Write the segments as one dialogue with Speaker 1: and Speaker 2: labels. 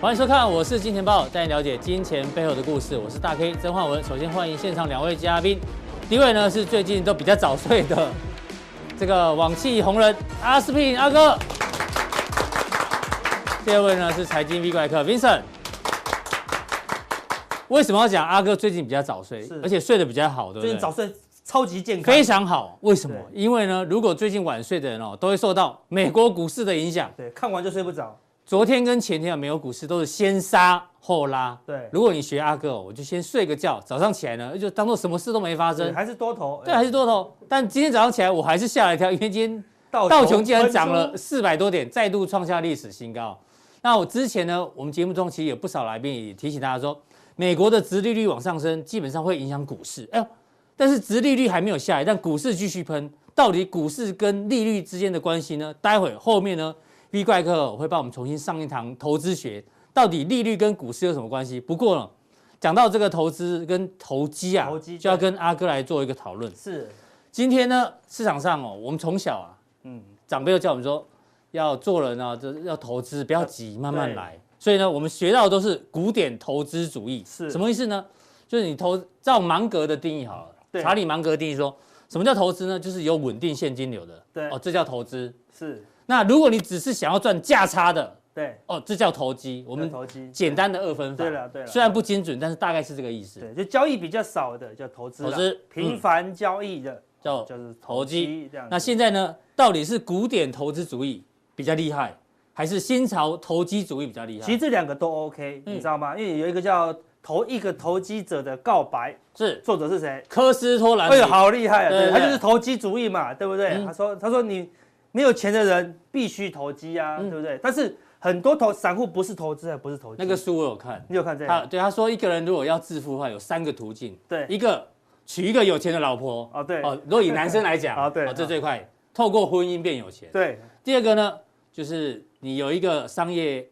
Speaker 1: 欢迎收看，我是金钱豹，带你了解金钱背后的故事。我是大 K 曾焕文。首先欢迎现场两位嘉宾，第一位呢是最近都比较早睡的这个网气红人阿斯匹林阿哥，第二位呢是财经 V 怪客 Vincent。为什么要讲阿哥最近比较早睡
Speaker 2: 是，
Speaker 1: 而且睡得比较好，对不
Speaker 2: 最
Speaker 1: 对？
Speaker 2: 近早睡超级健康，
Speaker 1: 非常好，为什么？
Speaker 2: 对
Speaker 1: 因为呢，如果最近晚睡的人哦，都会受到美国股市的影响。
Speaker 2: 对，看完就睡不着，
Speaker 1: 昨天跟前天啊，美国股市都是先杀后拉。
Speaker 2: 对
Speaker 1: 如果你学阿哥哦，我就先睡个觉，早上起来呢就当做什么事都没发
Speaker 2: 对，
Speaker 1: 生。
Speaker 2: 还是多头，
Speaker 1: 对，还是多头。但今天早上起来，我还是吓了一跳，因为今天
Speaker 2: 呃道
Speaker 1: 道琼竟然涨
Speaker 2: 喷
Speaker 1: 了
Speaker 2: 出，
Speaker 1: 四百多点，再度创下历史新高。那我之前呢，我们节目中其实有不少来宾也提醒大家说，美国的殖利率往上升，基本上会影响股市。哎呦，但是殖利率还没有下来，但股市继续喷，到底股市跟利率之间的关系呢？待会后面呢，V 怪客哦会帮我们重新上一堂投资学，到底利率跟股市有什么关系？不过呢，讲到这个投资跟投机啊，
Speaker 2: 投机
Speaker 1: 就要
Speaker 2: 对
Speaker 1: 跟阿哥来做一个讨论。
Speaker 2: 是
Speaker 1: 今天呢，市场上哦，我们从小啊，嗯
Speaker 2: 嗯，
Speaker 1: 长辈都叫我们说要做人啊，就是要投资，不要急，慢慢
Speaker 2: 对
Speaker 1: 来。所以呢，我们学到的都是古典投资主义，
Speaker 2: 是
Speaker 1: 什么意思呢？就是你投照芒格的定义好了，
Speaker 2: 对
Speaker 1: 查理芒格的定义说，什么叫投资呢？就是有稳定现金流的，
Speaker 2: 对
Speaker 1: 哦，这叫投资。
Speaker 2: 是，
Speaker 1: 那如果你只是想要赚价差的，
Speaker 2: 对，
Speaker 1: 哦，这叫投机。我
Speaker 2: 我
Speaker 1: 们
Speaker 2: 投机
Speaker 1: 简，单的二分法，
Speaker 2: 对了对了
Speaker 1: 虽然不精准，但是大概是这个意思，
Speaker 2: 对，就交易比较少的叫投资啦，
Speaker 1: 投资
Speaker 2: 频繁交易的
Speaker 1: 叫
Speaker 2: 就是
Speaker 1: 投
Speaker 2: 投
Speaker 1: 机
Speaker 2: 机这样子。
Speaker 1: 那现在呢，到底是古典投资主义比较厉害，还是新潮投机主义比较厉害？
Speaker 2: 其实这两个都 OK，
Speaker 1: 嗯
Speaker 2: 你知道吗？因为有一个叫投一个投机者的告白，
Speaker 1: 是
Speaker 2: 作者是谁？
Speaker 1: 科斯托兰
Speaker 2: 哎
Speaker 1: 比，
Speaker 2: 呦，好厉害啊！
Speaker 1: 对
Speaker 2: 对，
Speaker 1: 对
Speaker 2: 他
Speaker 1: 对
Speaker 2: 就是投机主义嘛，对不对
Speaker 1: 嗯？
Speaker 2: 他说，他说你没有钱的人必须投机啊，
Speaker 1: 嗯
Speaker 2: 对不对？但是很多投散户不是投资，不是投机。
Speaker 1: 那个书我有看，
Speaker 2: 你有看这
Speaker 1: 他
Speaker 2: 个？
Speaker 1: 对他说，一个人如果要致富的话，有三个途径，
Speaker 2: 对，
Speaker 1: 一个娶一个有钱的老婆，
Speaker 2: 哦对
Speaker 1: 哦，如果以男生来 讲，
Speaker 2: 啊对
Speaker 1: 哦这
Speaker 2: 啊
Speaker 1: 最快，透过婚姻变有钱。
Speaker 2: 对，
Speaker 1: 第二个呢，就是你有一个商业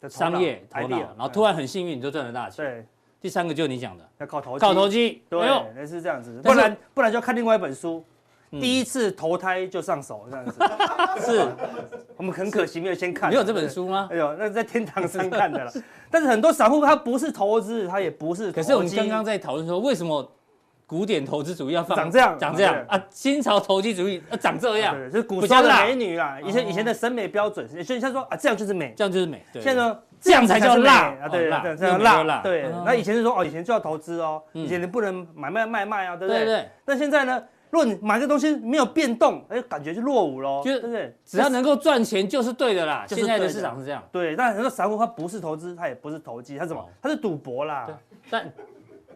Speaker 2: 的头脑
Speaker 1: 商业头脑，
Speaker 2: idea，
Speaker 1: 然后突然很幸运你就赚了大钱。
Speaker 2: 嗯对，
Speaker 1: 第三个就是你讲的
Speaker 2: 要靠投机
Speaker 1: 靠投，机，
Speaker 2: 对
Speaker 1: 哎呦，
Speaker 2: 那是这样子，
Speaker 1: 但
Speaker 2: 不
Speaker 1: 是
Speaker 2: 然不然就看另外一本书，
Speaker 1: 嗯
Speaker 2: 第一次投胎就上手这 样子，
Speaker 1: 是
Speaker 2: 我们很可惜没有先看，
Speaker 1: 你有这本。书啊吗？
Speaker 2: 哎呦，那是在天堂上看的了。但是很多散户他不是投资，他也不是投机。
Speaker 1: 可是我们刚刚在讨论说，为什么古典投资主义要放
Speaker 2: 长这样
Speaker 1: 长这样
Speaker 2: 对
Speaker 1: 啊？新潮投机主义要长这样，
Speaker 2: 对，就是古
Speaker 1: 比
Speaker 2: 装
Speaker 1: 较
Speaker 2: 的
Speaker 1: 辣
Speaker 2: 美女啦，以前
Speaker 1: 哦
Speaker 2: 以前的审美标准，所以他说啊，这样就是美。
Speaker 1: 这样就是美。对
Speaker 2: 现在？呢，
Speaker 1: 这样才叫
Speaker 2: 是美
Speaker 1: 辣
Speaker 2: 啊，对，
Speaker 1: 哦辣
Speaker 2: 这样
Speaker 1: 这
Speaker 2: 这样
Speaker 1: 样才叫辣
Speaker 2: 辣，对
Speaker 1: 嗯。
Speaker 2: 那以前是说哦，以前就要投资哦，
Speaker 1: 嗯
Speaker 2: 以前你不能买卖卖卖啊，对
Speaker 1: 对
Speaker 2: 不
Speaker 1: 对
Speaker 2: 对？
Speaker 1: 对，
Speaker 2: 那现在呢，如果你买这东西没有变动，哎，感觉就落伍喽，
Speaker 1: 就
Speaker 2: 对
Speaker 1: 是
Speaker 2: 不对？
Speaker 1: 只要能够赚钱就是对的啦。
Speaker 2: 就是
Speaker 1: 现在的
Speaker 2: 对的
Speaker 1: 市场是这样，
Speaker 2: 对，但很多散户他不是投资，他也不是投机，他是什
Speaker 1: 哦
Speaker 2: 么？他是赌博啦
Speaker 1: 对，但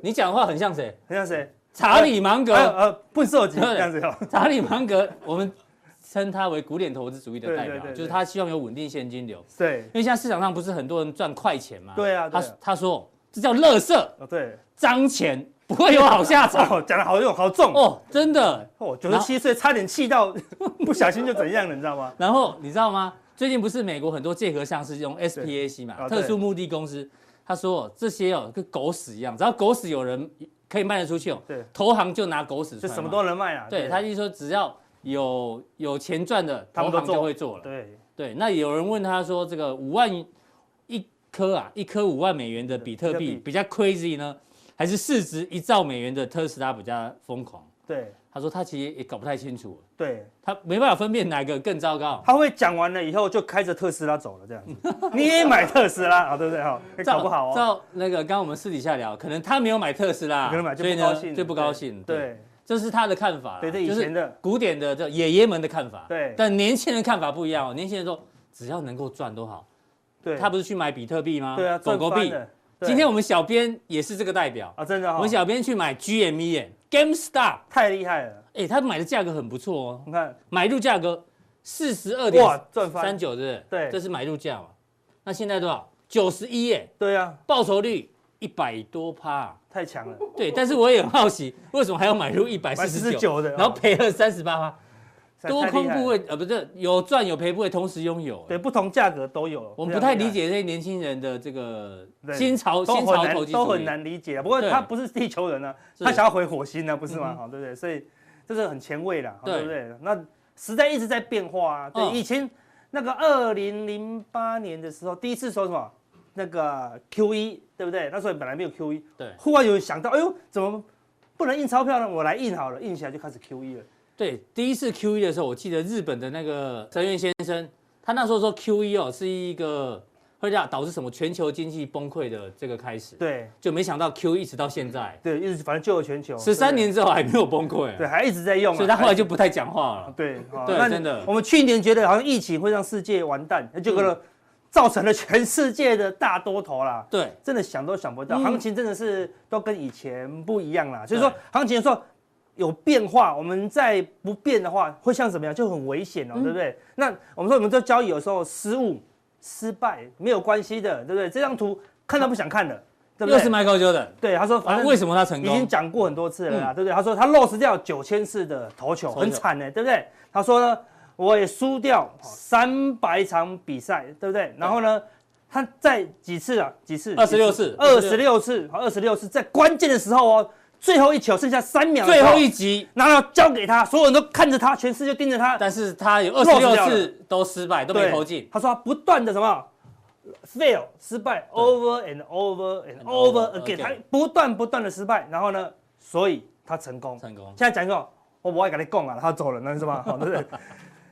Speaker 1: 你讲的话很像谁？
Speaker 2: 很像谁？
Speaker 1: 查理芒
Speaker 2: 还有
Speaker 1: 格，
Speaker 2: 呃，笨手级
Speaker 1: 对
Speaker 2: 这样 子哦，
Speaker 1: 查理芒格，我们称他为古典投资主义的
Speaker 2: 对
Speaker 1: 代
Speaker 2: 对
Speaker 1: 表，
Speaker 2: 对
Speaker 1: 就是
Speaker 2: 对
Speaker 1: 他希望有稳定现金流。
Speaker 2: 对，
Speaker 1: 因为现在市场上不是很多人赚快钱吗？
Speaker 2: 对啊
Speaker 1: 他
Speaker 2: 对啊
Speaker 1: 他说这叫垃圾，
Speaker 2: 哦对，
Speaker 1: 脏钱不会有好下场。
Speaker 2: 哦，讲的好用好重
Speaker 1: 哦，真的，
Speaker 2: 哦，九十七岁差点 气到不小心就怎样了，你知道吗？
Speaker 1: 然后你知道吗？最近不是美国很多借壳上市用 SPAC 嘛，
Speaker 2: 啊对
Speaker 1: 特殊目的公司，他说哦这些哦跟狗屎一样，只要狗屎有人可以卖得出去哦，
Speaker 2: 对，
Speaker 1: 投行就拿狗屎出
Speaker 2: 就
Speaker 1: 来卖
Speaker 2: 什么都能卖啊。
Speaker 1: 对，他意思说只要有有钱赚的，
Speaker 2: 他
Speaker 1: 投
Speaker 2: 们都
Speaker 1: 行
Speaker 2: 做
Speaker 1: 就会做了。
Speaker 2: 对
Speaker 1: 对，那有人问他说，这个五万一颗啊，一颗五万美元的比特
Speaker 2: 比
Speaker 1: 币
Speaker 2: 特币
Speaker 1: 比较 crazy 呢，还是市值一兆美元的特斯拉比较疯狂？
Speaker 2: 对
Speaker 1: 他说他其实也搞不太清楚，
Speaker 2: 对，
Speaker 1: 他没办法分辨哪个更糟糕。
Speaker 2: 他会讲完了以后就开着特斯拉走了，这样 子。你也买特斯拉啊，对不对哈？ 搞不好哦，
Speaker 1: 照那个，刚刚我们私底下聊，可能他没有买特斯拉，
Speaker 2: 可能买
Speaker 1: 啊
Speaker 2: 就
Speaker 1: 所以
Speaker 2: 不
Speaker 1: 呢
Speaker 2: 高兴，
Speaker 1: 就不高兴。对，
Speaker 2: 对
Speaker 1: 这是他的看法啦，
Speaker 2: 对，这以
Speaker 1: 就是
Speaker 2: 前的
Speaker 1: 古典的这爷爷们的看法。
Speaker 2: 对
Speaker 1: 但年轻人看法不一样哦。年轻人说只要能够赚都好，
Speaker 2: 对，
Speaker 1: 他不是去买比特币吗？
Speaker 2: 对啊，
Speaker 1: 狗狗
Speaker 2: 赚翻
Speaker 1: 币。
Speaker 2: 了对
Speaker 1: 今天我们小编也是这个代表，
Speaker 2: 啊，真的
Speaker 1: 我
Speaker 2: 哈
Speaker 1: 们，小编去买 GME 耶 GameStop，
Speaker 2: 太厉害了，
Speaker 1: 哎，他买的价格很不错哦，
Speaker 2: 你看
Speaker 1: 买入价格四十二点
Speaker 2: 哇，赚
Speaker 1: 三
Speaker 2: 翻，
Speaker 1: 九，对不对？
Speaker 2: 对
Speaker 1: 这是买入价嘛？那现在多少？九十一耶，
Speaker 2: 对啊，
Speaker 1: 报酬率一百多趴啊、
Speaker 2: 太强了，
Speaker 1: 对，但是我也很好奇，为什么还要买入一百
Speaker 2: 百
Speaker 1: 四
Speaker 2: 分
Speaker 1: 十
Speaker 2: 之
Speaker 1: 九，
Speaker 2: 九的，
Speaker 1: 然后赔了三十八趴，
Speaker 2: 哦
Speaker 1: 多空部，
Speaker 2: 太厉害了
Speaker 1: 位呃不是有赚有赔部位同时拥有。
Speaker 2: 对，不同价格都有，
Speaker 1: 我们不太理
Speaker 2: 解。
Speaker 1: 解这些年轻人的这个
Speaker 2: 啊对
Speaker 1: 新潮
Speaker 2: 都
Speaker 1: 新潮
Speaker 2: 很
Speaker 1: 投
Speaker 2: 难
Speaker 1: 机
Speaker 2: 都
Speaker 1: 主
Speaker 2: 很
Speaker 1: 义。
Speaker 2: 难理解啊。不过
Speaker 1: 对
Speaker 2: 他不是地球人啊，
Speaker 1: 是
Speaker 2: 他想要回火星啊，不是吗？
Speaker 1: 嗯
Speaker 2: 好，对不对？所以这是很前卫啦，好
Speaker 1: 对
Speaker 2: 对不对？那时代一直在变化啊。对，
Speaker 1: 嗯
Speaker 2: 以前那个二零零八年的时候，第一次说什么那个 Q 一，对不对？那时候本来没有 Q 一，
Speaker 1: 对
Speaker 2: 忽然有人想到，哎呦，怎么不能印钞票呢？我来印好了，印起来就开始 Q E 一了。
Speaker 1: 对，第一次 Q E 的时候，我记得日本的那个泽原先生，他那时候说 Q E 哦是一个会让导致什么全球经济崩溃的这个开始，
Speaker 2: 对
Speaker 1: 就没想到 Q E 一直到现在
Speaker 2: 对，一直反正救了全球，
Speaker 1: 十三
Speaker 2: 对
Speaker 1: 年之后还没有崩溃
Speaker 2: 不对，，对，还一直在用啊。
Speaker 1: 所以他后来
Speaker 2: 还
Speaker 1: 就不太讲话了。
Speaker 2: 对哦
Speaker 1: 对
Speaker 2: 那
Speaker 1: 真的嗯
Speaker 2: 我们去年觉得好像疫情会让世界完蛋，那结果呢，造成了全世界的大多头啦。
Speaker 1: 对，
Speaker 2: 真的想都想不到，
Speaker 1: 嗯
Speaker 2: 行情真的是都跟以前不一样啦。所以说
Speaker 1: 对，
Speaker 2: 行情说有变化，我们再不变的话，会像怎么样，就很危险哦，
Speaker 1: 嗯
Speaker 2: 对不对？那我们说，我们做交易有时候失误、失败没有关系的，对不对？这张图看都不想看了，对不
Speaker 1: 又是
Speaker 2: 对？
Speaker 1: Michael Jordan，
Speaker 2: 对，他说
Speaker 1: 啊
Speaker 2: 反正
Speaker 1: 为什么他成
Speaker 2: 已经
Speaker 1: 功？嗯
Speaker 2: 讲过很多次了啦，对不对？他说他 loss 掉九千次的投球，
Speaker 1: 投球
Speaker 2: 很惨呢，对不对？他说呢，我也输掉哦三百场比赛，对不对？然后呢，他在几次啊？几次？
Speaker 1: 26次
Speaker 2: 二十六次，哦好，二十六次，在关键的时候哦，最后一球剩下三秒，
Speaker 1: 最后，一集，
Speaker 2: 然后交给他，所有人都看着他，全世界盯着他，
Speaker 1: 但是他有二十
Speaker 2: Lost
Speaker 1: 六
Speaker 2: 掉了
Speaker 1: 次都失败，都
Speaker 2: 对
Speaker 1: 没投进。
Speaker 2: 他说他不断的什么 fail 失败，over and over and
Speaker 1: And
Speaker 2: over
Speaker 1: over
Speaker 2: again，
Speaker 1: again
Speaker 2: 他不断不断的失败，然后呢，所以他成功。
Speaker 1: 成功
Speaker 2: 现在讲一个，我不爱跟你讲啊，他走了，那是吧？ 好，对不对？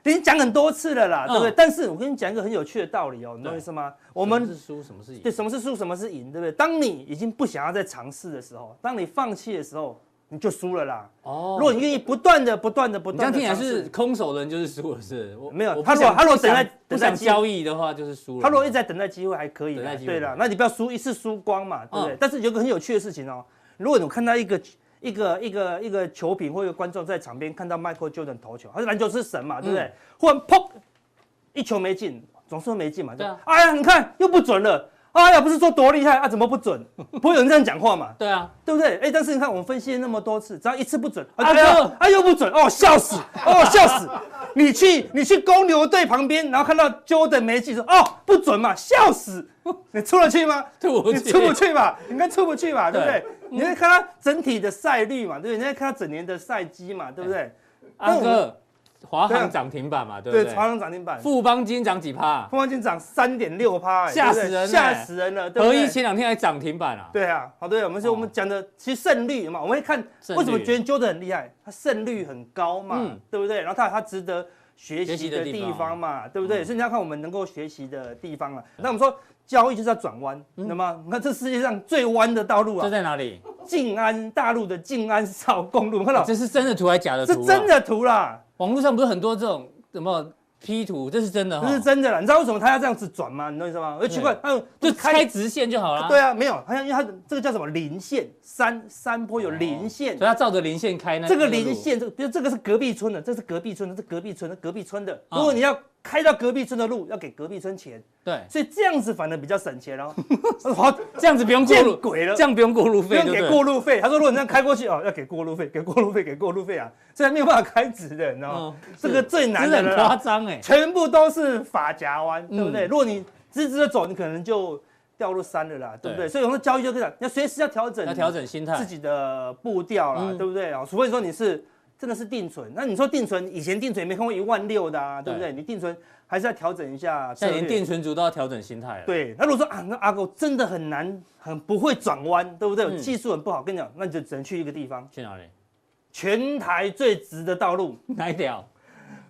Speaker 2: 已经讲很多次了啦，
Speaker 1: 嗯
Speaker 2: 对不对？但是我跟你讲一个很有趣的道理哦，你懂我意思吗？我
Speaker 1: 什么
Speaker 2: 们
Speaker 1: 是输，什么是
Speaker 2: 对
Speaker 1: 赢？
Speaker 2: 什么是输，什么是赢，对不对？当你已经不想要再尝试的时候，当你放弃的时候，你就输了啦。
Speaker 1: 哦
Speaker 2: 如果你愿意不断的、不断的、不
Speaker 1: 你这
Speaker 2: 断
Speaker 1: 样
Speaker 2: 的
Speaker 1: 听起来
Speaker 2: 尝试，
Speaker 1: 是空手人就是输了，是？我
Speaker 2: 没有
Speaker 1: 我不
Speaker 2: 他如果
Speaker 1: 想
Speaker 2: 他如果
Speaker 1: 不想
Speaker 2: 等待
Speaker 1: 不
Speaker 2: 等待
Speaker 1: 想
Speaker 2: 机会
Speaker 1: 交易的话就是输了。
Speaker 2: 他如果一直在等待机会，还可以
Speaker 1: 等待
Speaker 2: 啦，
Speaker 1: 机会
Speaker 2: 对啦，那你不要输，一次输光嘛，对不对？
Speaker 1: 嗯
Speaker 2: 但是有个很有趣的事情哦，如果你看到一个一个一个一个球评或一个观众在场边看到 Michael Jordan 投球，他是篮球之神嘛，对
Speaker 1: 嗯
Speaker 2: 不对？忽然砰，一球没进，总是会没进嘛，
Speaker 1: 对啊
Speaker 2: 就哎呀，你看又不准了，哎呀，不是说多厉害啊，怎么不准？ 不会有人这样讲话嘛，
Speaker 1: 对啊，
Speaker 2: 对不对？哎，但是你看我们分析了那么多次，只要一次不准，
Speaker 1: 啊
Speaker 2: 哎呀
Speaker 1: 哥，
Speaker 2: 哎又不准，哦笑死，哦笑死。你去你去公牛队旁边，然后看到 Jordan 没进，说哦不准嘛，笑死。你出得去吗？
Speaker 1: 出不去
Speaker 2: 你出不去吧？你应该出不去吧？对不对
Speaker 1: 对？
Speaker 2: 你会看他整体的赛率嘛，对不对？你会看他整年的赛绩嘛，对不对？但
Speaker 1: 安
Speaker 2: 我们
Speaker 1: 哥，华
Speaker 2: 对啊
Speaker 1: 航涨停板嘛，对
Speaker 2: 对，
Speaker 1: 不
Speaker 2: 朝
Speaker 1: 对？
Speaker 2: 阳涨停板，
Speaker 1: 富邦今天涨几趴？
Speaker 2: 富邦金涨三点六趴，哎
Speaker 1: 吓
Speaker 2: 对不对
Speaker 1: 死人了
Speaker 2: 吓死人了，对不
Speaker 1: 合
Speaker 2: 对
Speaker 1: 一？前两天还涨停板啊。
Speaker 2: 对啊，好对，我们说
Speaker 1: 哦
Speaker 2: 我们讲的其实胜率嘛，我们会看
Speaker 1: 胜率
Speaker 2: 为什么觉得 Jordan 很厉害，他胜率很高嘛，
Speaker 1: 嗯
Speaker 2: 对不对？然后他他值得学
Speaker 1: 学
Speaker 2: 习
Speaker 1: 习
Speaker 2: 的
Speaker 1: 的地
Speaker 2: 地
Speaker 1: 方嗯
Speaker 2: 方嘛，对不对？所以你要看我们能够学习的地方啊。那我们说交易就是要转弯，那么你看这世界上最弯的道路
Speaker 1: 嗯这
Speaker 2: 啊，
Speaker 1: 在哪里？
Speaker 2: 静安大陆的静安少公路，看到
Speaker 1: 这是真的图还是假的图、
Speaker 2: 是
Speaker 1: 啊？
Speaker 2: 真。的图啦，
Speaker 1: 网络上不是很多这种什么 P 图，这是真的
Speaker 2: 不
Speaker 1: 哈。
Speaker 2: 是真的啦。你知道为什么他要这样子转吗？你懂我意思吗？我就奇怪，他
Speaker 1: 哦就开直线就好了。
Speaker 2: 对，啊，没有，好像因为它的这个叫什么零线，山山坡
Speaker 1: 哦
Speaker 2: 有零线
Speaker 1: 所以，他照着零线开那
Speaker 2: 这个
Speaker 1: 那哎路
Speaker 2: 邻线，这个比如这个是隔壁村的，这是隔壁村的，这是隔壁村的，隔壁村的。
Speaker 1: 啊
Speaker 2: 如果你要开到隔壁村的路，要给隔壁村钱，
Speaker 1: 对，
Speaker 2: 所以这样子反而比较省钱哦。好，
Speaker 1: 这样子不用过
Speaker 2: 见
Speaker 1: 路，
Speaker 2: 鬼了
Speaker 1: 这样不用过路
Speaker 2: 不
Speaker 1: 费，
Speaker 2: 用
Speaker 1: 对
Speaker 2: 给
Speaker 1: 对？
Speaker 2: 过路费。他说如果你这样开过去哦，要给过路费，给过路费，给过路费啊，所以没有办法开直的，你知道吗？
Speaker 1: 嗯
Speaker 2: 这个最难
Speaker 1: 真的很
Speaker 2: 的了
Speaker 1: 夸
Speaker 2: 啦，
Speaker 1: 张哎。
Speaker 2: 全部都是法夹弯，对不对？
Speaker 1: 嗯
Speaker 2: 如果你直直的走，你可能就掉入山了啦，对不对？
Speaker 1: 对
Speaker 2: 所以我们说交易就这样，要随时要调整，
Speaker 1: 要调整心态
Speaker 2: 自。己的步调啦，
Speaker 1: 嗯
Speaker 2: 对不对啊？除非说你是真的是定存，那你说定存，以前定存也没看过一万六的啊，对不对？你定存还是要调整一下策
Speaker 1: 现在
Speaker 2: 略。
Speaker 1: 连定存族都要调整心 态了。
Speaker 2: 对，那如果说啊，那阿狗真的很难，很不会转弯，对不对？
Speaker 1: 嗯
Speaker 2: 技术很不好，跟你讲，那你就只能去一个地方，
Speaker 1: 去哪里？
Speaker 2: 全台最直的道路，
Speaker 1: 哪一条？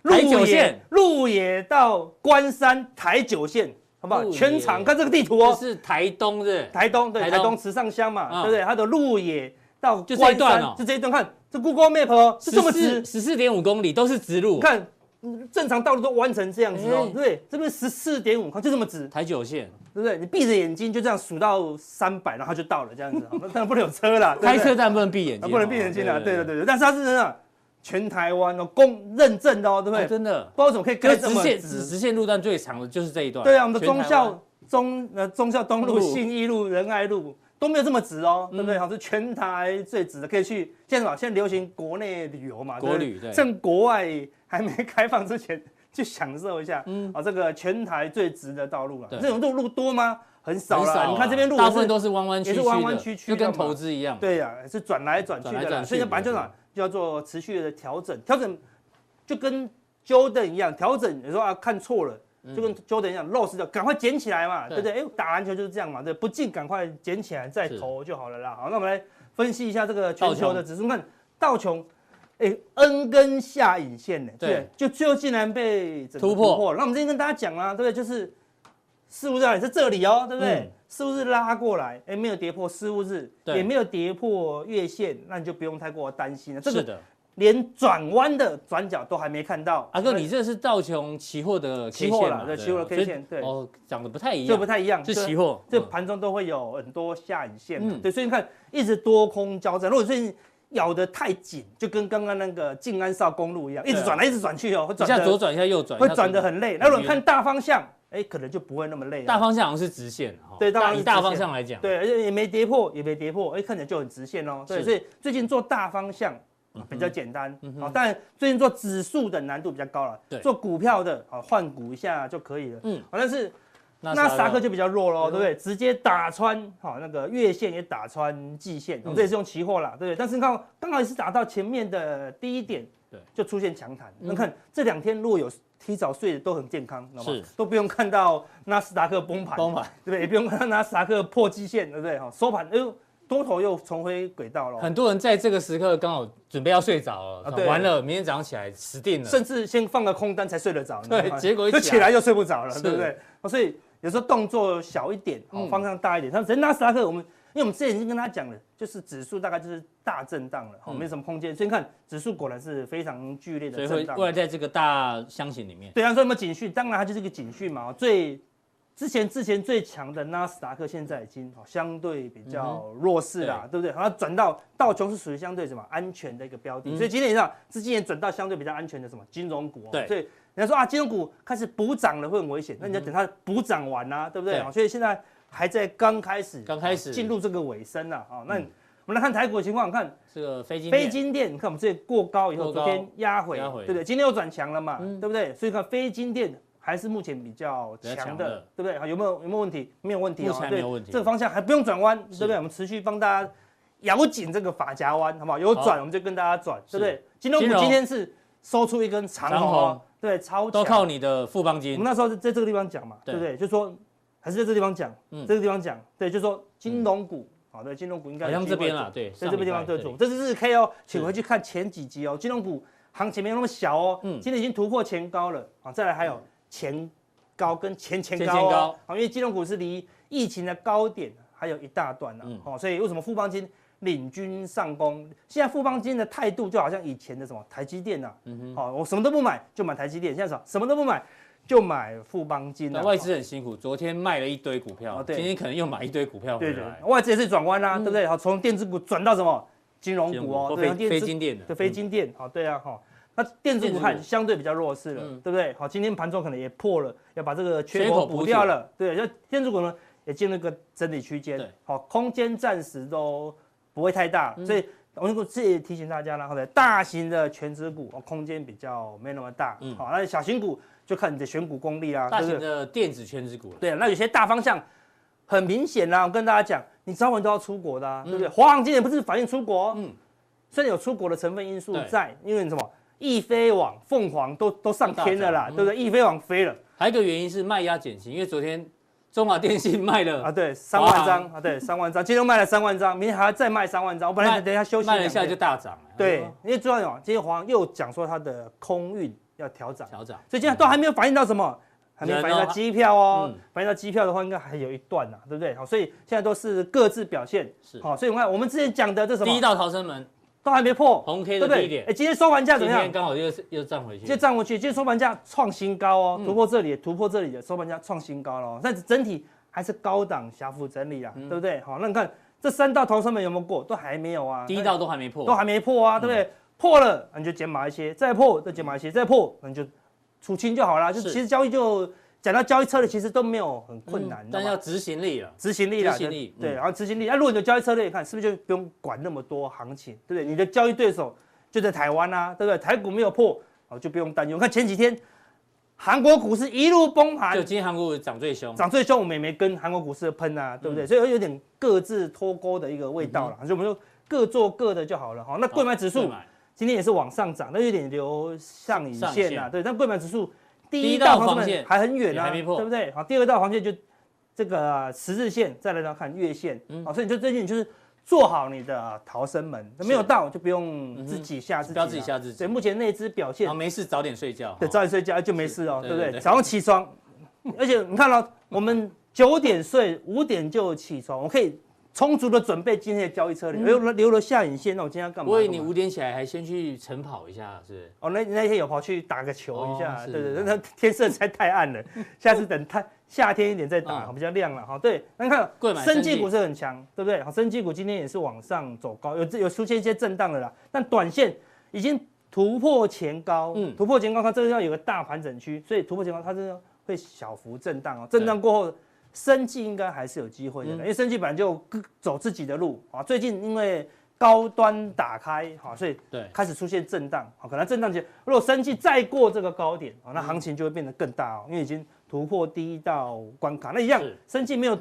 Speaker 2: 鹿
Speaker 1: 台九
Speaker 2: 野
Speaker 1: 线
Speaker 2: 鹿野到关山台九线，好不好？
Speaker 1: 鹿野
Speaker 2: 全场看这个地图
Speaker 1: 这
Speaker 2: 哦，
Speaker 1: 是台东是不是？
Speaker 2: 台东对
Speaker 1: 台
Speaker 2: 台
Speaker 1: 东
Speaker 2: 东池上乡嘛，
Speaker 1: 嗯
Speaker 2: 对不对？它的鹿野到
Speaker 1: 就这一
Speaker 2: 关
Speaker 1: 段
Speaker 2: 山
Speaker 1: 哦，
Speaker 2: 就这一段看，这 Google Map 哦，是这么直，
Speaker 1: 十四点五公里都是直路
Speaker 2: 你，看，嗯正常道路都弯成这样子哦，
Speaker 1: 哎
Speaker 2: 对，这边十四点五，就这么直，
Speaker 1: 台九线
Speaker 2: 对不对？你闭着眼睛就这样数到三百，然后就到了，这样 子，哦那当然不能有车啦，对不
Speaker 1: 开
Speaker 2: 对
Speaker 1: 车但不能闭眼睛
Speaker 2: 啊
Speaker 1: 哦，
Speaker 2: 不能闭眼睛啦，对对
Speaker 1: 对
Speaker 2: 对对，但是它是真的全台湾哦，公认证的哦，对
Speaker 1: 哦
Speaker 2: 不对？不知
Speaker 1: 真的。
Speaker 2: 道为什么可以
Speaker 1: 可
Speaker 2: 开
Speaker 1: 是
Speaker 2: 这
Speaker 1: 直
Speaker 2: 么
Speaker 1: 线直
Speaker 2: 直，
Speaker 1: 直线路段最长的就是这一段，
Speaker 2: 对啊，我们的
Speaker 1: 全
Speaker 2: 中
Speaker 1: 台湾
Speaker 2: 校中呃中校东路、
Speaker 1: 路嗯
Speaker 2: 信义路、仁爱路。都没有这么直哦，对不对？好，是全台最直的，可以去现在什么？现在流行国内旅游嘛，
Speaker 1: 国
Speaker 2: 对不对
Speaker 1: 旅对
Speaker 2: 趁国外还没开放之前，去享受一下。嗯，啊，这个全台最直的道路了。
Speaker 1: 对
Speaker 2: 这种路路多吗？很少
Speaker 1: 很少
Speaker 2: 啦。
Speaker 1: 啊，
Speaker 2: 你看这边路也是，
Speaker 1: 大部分都是弯弯曲曲
Speaker 2: 也
Speaker 1: 的，
Speaker 2: 是弯弯曲曲的
Speaker 1: 就跟
Speaker 2: 嘛
Speaker 1: 投资一样。
Speaker 2: 对呀、是转来转去的
Speaker 1: 转来
Speaker 2: 啦。
Speaker 1: 转去
Speaker 2: 所以本来就
Speaker 1: 没
Speaker 2: 哪
Speaker 1: 错
Speaker 2: 就要做持续的调整，调整就跟 Jordan 一样，调整有时候啊看错了，就跟 Jordan 一样，loss 掉，赶快捡起来嘛，
Speaker 1: 嗯
Speaker 2: 对
Speaker 1: 对
Speaker 2: 不对？哎，打篮球就是这样嘛，对，不进赶快捡起来再
Speaker 1: 是
Speaker 2: 投就好了啦。好，那我们来分析一下这个全
Speaker 1: 道
Speaker 2: 球
Speaker 1: 琼
Speaker 2: 的指数，看道琼。哎，N 根下影线呢？
Speaker 1: 对，
Speaker 2: 就最后竟然被整个
Speaker 1: 突破
Speaker 2: 了。那我们之前跟大家讲啦、对不对？就是四五日也是这里哦，对不对？
Speaker 1: 嗯
Speaker 2: 四五日拉过来，哎，没有跌破四五日，
Speaker 1: 对
Speaker 2: 也没有跌破月线，那你就不用太过担心了。这
Speaker 1: 是
Speaker 2: 个
Speaker 1: 的，
Speaker 2: 连转弯的转角都还没看到。
Speaker 1: 阿啊哥，你这是道琼期货的 K
Speaker 2: 期货
Speaker 1: 线
Speaker 2: 啦
Speaker 1: 嘛
Speaker 2: 对
Speaker 1: 对
Speaker 2: 期货的
Speaker 1: 吧
Speaker 2: K
Speaker 1: 所以
Speaker 2: 线对
Speaker 1: 哦，长得不太一
Speaker 2: 这不
Speaker 1: 样，
Speaker 2: 太一样，
Speaker 1: 是
Speaker 2: 这
Speaker 1: 期货，
Speaker 2: 这
Speaker 1: 嗯
Speaker 2: 盘中都会有很多下影线嘛，
Speaker 1: 嗯
Speaker 2: 对，所以你看一直多空交战。如果最近咬得太紧，就跟刚刚那个静安哨公路一样，一直
Speaker 1: 对啊
Speaker 2: 转来一直转去哦，会
Speaker 1: 一
Speaker 2: 转
Speaker 1: 下
Speaker 2: 得
Speaker 1: 左转一下右转，
Speaker 2: 会
Speaker 1: 一下
Speaker 2: 转
Speaker 1: 左
Speaker 2: 得很累。那如果
Speaker 1: 嗯
Speaker 2: 看大方向，哎，可能就不会那么累了。
Speaker 1: 大方向好像是直线哈，
Speaker 2: 对
Speaker 1: 大
Speaker 2: 大方向
Speaker 1: 以
Speaker 2: 是
Speaker 1: 大
Speaker 2: 直
Speaker 1: 方
Speaker 2: 线
Speaker 1: 向来讲，
Speaker 2: 对，而且也没跌破，也没跌破，哎，看起来就很直线哦。对，
Speaker 1: 是嗯
Speaker 2: 所以最近做大方向啊比较简单，好，但最近做指数的难度比较高了。
Speaker 1: 对
Speaker 2: 做股票的啊换股一下就可以了。
Speaker 1: 嗯
Speaker 2: 嗯，好，但是
Speaker 1: 那
Speaker 2: 纳斯达克
Speaker 1: 就
Speaker 2: 就比较弱喽，
Speaker 1: 哎呦
Speaker 2: 对不对？直接打穿好那个月线也打穿季线，哦
Speaker 1: 嗯
Speaker 2: 这也是用期货啦，对不对？但是刚好刚好也是打到前面的第一点，
Speaker 1: 对，
Speaker 2: 就出现强弹。
Speaker 1: 嗯
Speaker 2: 那看这两天如果有提早睡的都很健康，懂吗
Speaker 1: 是？
Speaker 2: 都不用看到纳斯达克崩盘，
Speaker 1: 崩盘，
Speaker 2: 对不对？也不用看到纳斯达克破季线，对不对？哈，收盘哎呦，多头又重回轨道了，
Speaker 1: 很多人在这个时刻刚好准备要睡着
Speaker 2: 啊
Speaker 1: 了，哦
Speaker 2: 对
Speaker 1: 完了，明天早上起来死定了，
Speaker 2: 甚至先放个空单才睡得着，你知道吗
Speaker 1: 对结果一
Speaker 2: 就
Speaker 1: 起来
Speaker 2: 起来又睡不着了，
Speaker 1: 是
Speaker 2: 对不对？哦所以有时候动作小一点，哦
Speaker 1: 嗯
Speaker 2: 方向大一点。像人纳斯达克，我们因为我们之前已经跟他讲了，就是指数大概就是大震荡了，哦，
Speaker 1: 嗯
Speaker 2: 没什么空间。所以你看指数果然是非常剧烈
Speaker 1: 所
Speaker 2: 的
Speaker 1: 以
Speaker 2: 震
Speaker 1: 会
Speaker 2: 荡
Speaker 1: 未。来在这个大箱型里面，
Speaker 2: 对啊，所以有没有警讯？当然它就是一个警讯嘛。哦最之前之前最强的纳斯达克现在已经哦相对比
Speaker 1: 嗯
Speaker 2: 较弱势啦，对不对？然后转到道琼是属于相对什么安全的一个标的，
Speaker 1: 嗯
Speaker 2: 所以今天也上资金也转到相对比较安全的什么金融股、哦。
Speaker 1: 对嗯
Speaker 2: 所以人家说啊，金融股开始补涨了会很危险，那你要等它补涨完啊，对不对？
Speaker 1: 对
Speaker 2: 哦所以现在还在刚开始，
Speaker 1: 刚开始嗯
Speaker 2: 哦进入这个尾声了啊。哦那我们来看台股的情况，看
Speaker 1: 这个飞机
Speaker 2: 非金店，你看我们这里过高以后，
Speaker 1: 过高
Speaker 2: 昨天压回，
Speaker 1: 压回
Speaker 2: 对不对？今天又转强了嘛，
Speaker 1: 嗯
Speaker 2: 对不对？所以看非金店还是目前比较
Speaker 1: 比较
Speaker 2: 强
Speaker 1: 强
Speaker 2: 的，
Speaker 1: 的
Speaker 2: 对不对？好有没有有没有问题？没有问题
Speaker 1: 目
Speaker 2: 哦，
Speaker 1: 前还
Speaker 2: 对
Speaker 1: 没有问题
Speaker 2: 这个方向还不用转弯，对不
Speaker 1: 是
Speaker 2: 对？我们持续帮大家咬紧这个发夹弯，好不好？有转
Speaker 1: 好
Speaker 2: 我们就跟大家转，对
Speaker 1: 是
Speaker 2: 不对？金融
Speaker 1: 金
Speaker 2: 股
Speaker 1: 融
Speaker 2: 今天是收出一根长
Speaker 1: 长
Speaker 2: 红哦
Speaker 1: 红，
Speaker 2: 对，超强
Speaker 1: 都靠你的富邦
Speaker 2: 我
Speaker 1: 金
Speaker 2: 们，那时候在在这个地方讲嘛，对
Speaker 1: 对
Speaker 2: 不对？就说还是在这个地方讲，
Speaker 1: 嗯
Speaker 2: 这个地方讲，对，就说金融股，好对，金融股应该
Speaker 1: 好
Speaker 2: 有
Speaker 1: 像
Speaker 2: 机
Speaker 1: 这
Speaker 2: 会
Speaker 1: 边
Speaker 2: 走
Speaker 1: 啦，对，
Speaker 2: 在
Speaker 1: 在
Speaker 2: 这个地方对主，这是日 K 哦，请回去看前几集哦，金融股行情没有那么小哦，
Speaker 1: 嗯
Speaker 2: 今天已经突破前高了啊，再来还有前高跟前前
Speaker 1: 前
Speaker 2: 高
Speaker 1: 前
Speaker 2: 哦
Speaker 1: 高，
Speaker 2: 好，因为金融股是离疫情的高点还有一大段呢
Speaker 1: 嗯，
Speaker 2: 哦，所以为什么富邦金领军上攻？现在富邦金的态度就好像以前的什么台积电啊呐，
Speaker 1: 嗯
Speaker 2: 好，我什么都不买就买台积电，现在什么什么都不买就买富邦金
Speaker 1: 那
Speaker 2: 啊
Speaker 1: 外资很辛苦，昨天卖了一堆股
Speaker 2: 哦
Speaker 1: 票，
Speaker 2: 对
Speaker 1: 今天可能又买一堆股票
Speaker 2: 对
Speaker 1: 回
Speaker 2: 对
Speaker 1: 来，，
Speaker 2: 外资也是转弯啊啦，对不对？好，从电子股转到什么金融股哦，
Speaker 1: 或非
Speaker 2: 对从电
Speaker 1: 非
Speaker 2: 子
Speaker 1: 嗯金店的嗯
Speaker 2: 的飞金电，好、对啊，哈、那电子
Speaker 1: 电
Speaker 2: 股
Speaker 1: 子
Speaker 2: 看
Speaker 1: 股
Speaker 2: 相对比较弱势了，
Speaker 1: 嗯
Speaker 2: 对不对？好，今天盘中可能也破了，要把这个缺
Speaker 1: 缺
Speaker 2: 口
Speaker 1: 口补
Speaker 2: 补掉
Speaker 1: 起来
Speaker 2: 了。对，就电子股呢也进入一个整理区间
Speaker 1: 对，嗯
Speaker 2: 好、空间暂时都不会太大，所以我能够自己提醒大家啦，好的，大型的全指股、哦、空间比较没那么大，好、
Speaker 1: 嗯
Speaker 2: 那小型股就看你的选股功力啦，
Speaker 1: 大
Speaker 2: 啊对不
Speaker 1: 型
Speaker 2: 对？
Speaker 1: 的电子圈子股了，
Speaker 2: 对，啊那有些大方向很明显啊啦，我跟大家讲，你早晚都要出国的、啊，对不对？华航今年不是反映出国、嗯
Speaker 1: 嗯，
Speaker 2: 虽然有出国的成分因素
Speaker 1: 对
Speaker 2: 在，因为你什么？易飞网、凤凰都都上天了
Speaker 1: 都
Speaker 2: 啦，
Speaker 1: 大涨嗯
Speaker 2: 对不对？易飞网飞了
Speaker 1: 还有一个原因是卖压减轻，因为昨天中华电信卖了
Speaker 2: 啊，对，三万
Speaker 1: 华航
Speaker 2: 张啊，对，三万张，今天又卖了三万张，明天还要再卖三万张。我本来
Speaker 1: 卖
Speaker 2: 等一下休息
Speaker 1: 卖了一
Speaker 2: 两
Speaker 1: 下
Speaker 2: 天
Speaker 1: 就大涨了，
Speaker 2: 对，因为重要今天华航又讲说它的空运要调涨，
Speaker 1: 调涨，
Speaker 2: 所以今天都还没有反映到什么，还没有反映到机票哦
Speaker 1: 嗯。
Speaker 2: 反映到机票的话，应该还有一段呐、对不对？好，所以现在都是各自表现。
Speaker 1: 是
Speaker 2: 好，所以我们看我们之前讲的这什
Speaker 1: 第一
Speaker 2: 么，
Speaker 1: 道逃生门，
Speaker 2: 都还没破，
Speaker 1: 红 K
Speaker 2: 对不
Speaker 1: 的低
Speaker 2: 对？
Speaker 1: 点
Speaker 2: 哎，，今天收盘价
Speaker 1: 今
Speaker 2: 怎么样
Speaker 1: 天？刚好又是又站回去，
Speaker 2: 就站回去，今天收盘价创新高哦，
Speaker 1: 嗯
Speaker 2: 突破这里，突破这里的收盘价创新高了哦。但整体还是高档小幅整理啊，
Speaker 1: 嗯
Speaker 2: 对不对？好，那你看这三道逃生门有没有过？都还没有啊。
Speaker 1: 第一道都还没破，嗯
Speaker 2: 都还没破啊，对不对？破了那你就减码一些，再破再减码一些，再破那你就出清就好啦。就是其实交易就讲到交易策略，其实都没有很困难，
Speaker 1: 嗯
Speaker 2: 你知道
Speaker 1: 但
Speaker 2: 吗
Speaker 1: 要执行力了，
Speaker 2: 执行力啦，
Speaker 1: 执行力
Speaker 2: 对，
Speaker 1: 嗯
Speaker 2: 然后执行力。那啊如果你的交易策略，看是不是就不用管那么多行情，
Speaker 1: 嗯
Speaker 2: 对不对？你的交易对手就在台湾啊，对不对？台股没有破，哦就不用担忧。看前几天韩国股市一路崩盘
Speaker 1: 就，今天韩国股涨最凶，
Speaker 2: 涨最凶，我们也没跟韩国股市的喷啊，对不
Speaker 1: 嗯
Speaker 2: 对？所以有点各自脱钩的一个味道了，所以我们就各做各的就好了。好，哦那
Speaker 1: 嗯
Speaker 2: 贵买指数
Speaker 1: 对。嘛
Speaker 2: 今天也是往上涨，那有点留上影
Speaker 1: 上
Speaker 2: 线
Speaker 1: 影
Speaker 2: 啊。
Speaker 1: 线
Speaker 2: 对，但贵买指数第
Speaker 1: 第
Speaker 2: 一
Speaker 1: 一
Speaker 2: 道
Speaker 1: 道
Speaker 2: 黄
Speaker 1: 黄
Speaker 2: 线
Speaker 1: 线
Speaker 2: 还很远
Speaker 1: 也
Speaker 2: 啊，
Speaker 1: 还没破
Speaker 2: 对不对？好，第二道黄线就这个啊十日线，再来要看月线，
Speaker 1: 嗯
Speaker 2: 好，所以你就最近就是做好你的啊逃生门，没有到就不用自己吓自己，
Speaker 1: 嗯不要自己吓自己
Speaker 2: 所以目前那只表现
Speaker 1: 然后，没事早点睡觉。
Speaker 2: 对，
Speaker 1: 哦
Speaker 2: 早点睡觉就没事哦，
Speaker 1: 是
Speaker 2: 对不
Speaker 1: 对对
Speaker 2: 对？
Speaker 1: 对
Speaker 2: 早上起床，而且你看到、我们九点睡，五点就起床，我可以充足的准备今天的交易策略，哎留了留了下影线，那我今天要干
Speaker 1: 嗯
Speaker 2: 嘛？
Speaker 1: 我以为
Speaker 2: 干
Speaker 1: 你
Speaker 2: 嘛
Speaker 1: 五点起来还先去晨跑一下，是不是？
Speaker 2: 哦，那那天有跑去打个球一下，
Speaker 1: 哦是
Speaker 2: 对对对，那天色实在太暗了，下次等太夏天一点再打，
Speaker 1: 嗯
Speaker 2: 比较亮了哈。对，那你看
Speaker 1: 贵买
Speaker 2: 生
Speaker 1: 生
Speaker 2: 技
Speaker 1: 技
Speaker 2: 股是很强，对不对？好，生技股今天也是往上走高，有有出现一些震荡的啦，但短线已经突破前高，
Speaker 1: 嗯
Speaker 2: 突破前高它这个要有个大盘整区，所以突破前高它这个会小幅震荡哦，震荡过后。生技应该还是有机会的啦，
Speaker 1: 嗯
Speaker 2: 因为生技本来就各走自己的路啊。最近因为高端打开，好，所以
Speaker 1: 嗯对，
Speaker 2: 开始出现震荡，啊好，可能震荡前如果升绩再过这个高点，
Speaker 1: 嗯
Speaker 2: 好，那行情就会变得更大哦，因为已经突破第一道关卡。那一样
Speaker 1: 是，嗯
Speaker 2: 升绩没有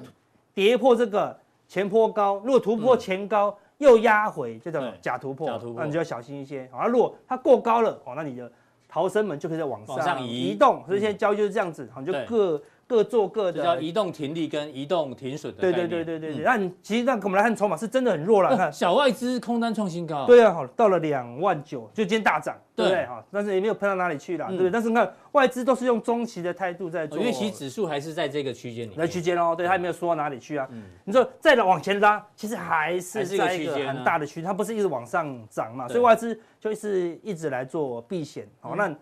Speaker 2: 跌破这个前坡高，如果突破前高又压回，就叫
Speaker 1: 嗯对
Speaker 2: 假突破，
Speaker 1: 假突破
Speaker 2: 那你就要小心一些。好，啊那如果它过高了，哦，那你的逃生门就可以再往
Speaker 1: 往
Speaker 2: 上
Speaker 1: 上移嗯
Speaker 2: 移动。所以现在交易就是这样子，啊好，你就
Speaker 1: 对
Speaker 2: 各各做各
Speaker 1: 这叫
Speaker 2: 的。
Speaker 1: 移动停利跟移动停损的
Speaker 2: 对
Speaker 1: 概念。
Speaker 2: 对对对对对，
Speaker 1: 嗯
Speaker 2: 那你其实那我们来看筹码是真的很弱了，看
Speaker 1: 哦小外资空单创新高，
Speaker 2: 对啊，好，到了两万九，就今天大涨，对
Speaker 1: 对
Speaker 2: 不对？哈，但是也没有喷到哪里去啦，
Speaker 1: 嗯
Speaker 2: 对不对？但是你看外资都是用中期的态度在
Speaker 1: 哦，
Speaker 2: 做，
Speaker 1: 因为其指数还是在这个区间里
Speaker 2: 在
Speaker 1: 面。
Speaker 2: 区间哦，对，它也没有缩到哪里去啊。
Speaker 1: 嗯
Speaker 2: 你说再往前拉，其实还是
Speaker 1: 还是一个
Speaker 2: 在一个
Speaker 1: 区间啊
Speaker 2: 很大的区，它不是一直往上涨嘛，
Speaker 1: 对
Speaker 2: 所以外资就是一直来做避险。好，那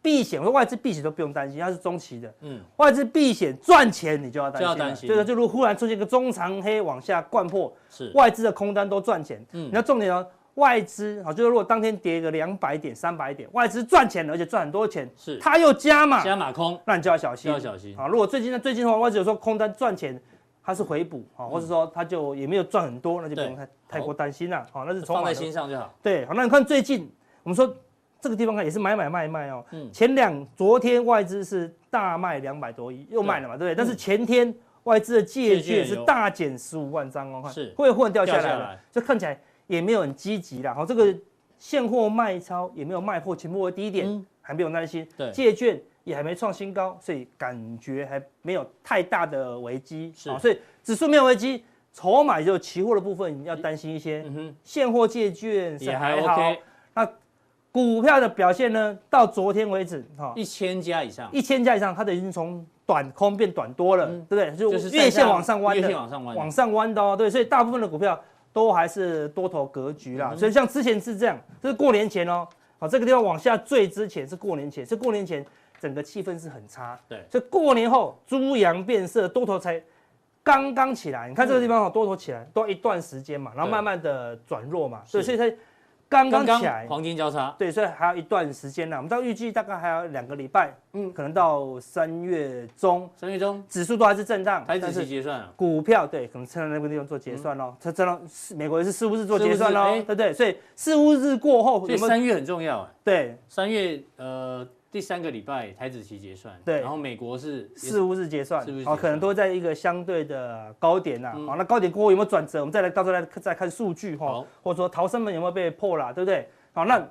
Speaker 2: 避险，我说外资避险都不用担心，它是中期的。
Speaker 1: 嗯，
Speaker 2: 外资避险赚钱，你就要担心了，
Speaker 1: 就要担心
Speaker 2: 就是就如果忽然出现一个中长黑往下灌破，
Speaker 1: 是
Speaker 2: 外资的空单都赚钱。
Speaker 1: 嗯
Speaker 2: 嗯，你要重点哦，外资好，就是如果当天跌个两百点、三百点，外资赚钱了，而且赚很多钱，
Speaker 1: 是
Speaker 2: 他又加码，
Speaker 1: 加码空
Speaker 2: 那你就要小心，
Speaker 1: 要小心。
Speaker 2: 啊。如果最近呢，最近的话，外资有时候空单赚钱，它是回补啊，或者说它就也没有赚很多，那就不用太太过担心了。好，那是筹
Speaker 1: 放
Speaker 2: 码
Speaker 1: 在
Speaker 2: 的
Speaker 1: 心上就好。
Speaker 2: 对，好，那你看最近我们说这个地方看也是买买卖卖哦。
Speaker 1: 嗯
Speaker 2: 前两昨天外资是大卖两百多亿，又卖了嘛，对不对？但是前天外资的借
Speaker 1: 嗯
Speaker 2: 券
Speaker 1: 借券
Speaker 2: 是
Speaker 1: 有
Speaker 2: 大减十五万张哦，看
Speaker 1: 是
Speaker 2: 会混掉下
Speaker 1: 掉
Speaker 2: 来
Speaker 1: 下
Speaker 2: 了
Speaker 1: 来，
Speaker 2: 就看起来也没有很积极啦。好，这个现货卖超也没有卖破前波的低点，
Speaker 1: 嗯
Speaker 2: 还没有担心。
Speaker 1: 对
Speaker 2: 借券也还没创新高，所以感觉还没有太大的危机。
Speaker 1: 是
Speaker 2: 好所以指数没有危机，筹码也就期货的部分要担心一些。
Speaker 1: 嗯哼，
Speaker 2: 现货借券是
Speaker 1: 也还
Speaker 2: 好
Speaker 1: OK，
Speaker 2: 股票的表现呢，到昨天为止，哈、
Speaker 1: 一千家以上，
Speaker 2: 一千家以上，它都已经从短空变短多了，
Speaker 1: 嗯
Speaker 2: 对不对？就是
Speaker 1: 站
Speaker 2: 月线往上弯
Speaker 1: 月线
Speaker 2: 的，
Speaker 1: 往上弯的，
Speaker 2: 往上弯的哦，对，所以大部分的股票都还是多头格局啦。所以像之前是这样，这是过年前哦，好，这个地方往下坠之前是过年前，是过年前整个气氛是很差，
Speaker 1: 对
Speaker 2: 所以过年后猪羊变色，多头才刚刚起来。你看这个地方哦，多头起来都要一段时间嘛，然后
Speaker 1: 对
Speaker 2: 慢慢的转弱嘛，
Speaker 1: 是
Speaker 2: 对，所以才刚刚
Speaker 1: 刚
Speaker 2: 起来
Speaker 1: 刚。黄金交叉，
Speaker 2: 对，所以还有一段时间呢。我们到预计大概还有两个礼拜，嗯，可能到三月中，
Speaker 1: 三月中
Speaker 2: 指数都还是震荡，
Speaker 1: 台指
Speaker 2: 但
Speaker 1: 期
Speaker 2: 是
Speaker 1: 结算啊了，
Speaker 2: 股票对，可能趁在那个地方做结算喽。它这到是美国也是四五日做
Speaker 1: 四五
Speaker 2: 结算
Speaker 1: 日
Speaker 2: 喽，
Speaker 1: 哎
Speaker 2: 对不对？所以四五日过后
Speaker 1: 所以
Speaker 2: 有没有？
Speaker 1: 三月很重要哎，
Speaker 2: 对，
Speaker 1: 三月呃第三个礼拜台指期结算，
Speaker 2: 对
Speaker 1: 然后美国是
Speaker 2: 四五日结算
Speaker 1: 四五日，结
Speaker 2: 好，
Speaker 1: 算
Speaker 2: 可能都会在一个相对的高点呐。好，那高点过后有没有转折？我们再来到时候来再看数据哈
Speaker 1: 好，
Speaker 2: 或者说逃生门有没有被破啦，对不对？好，那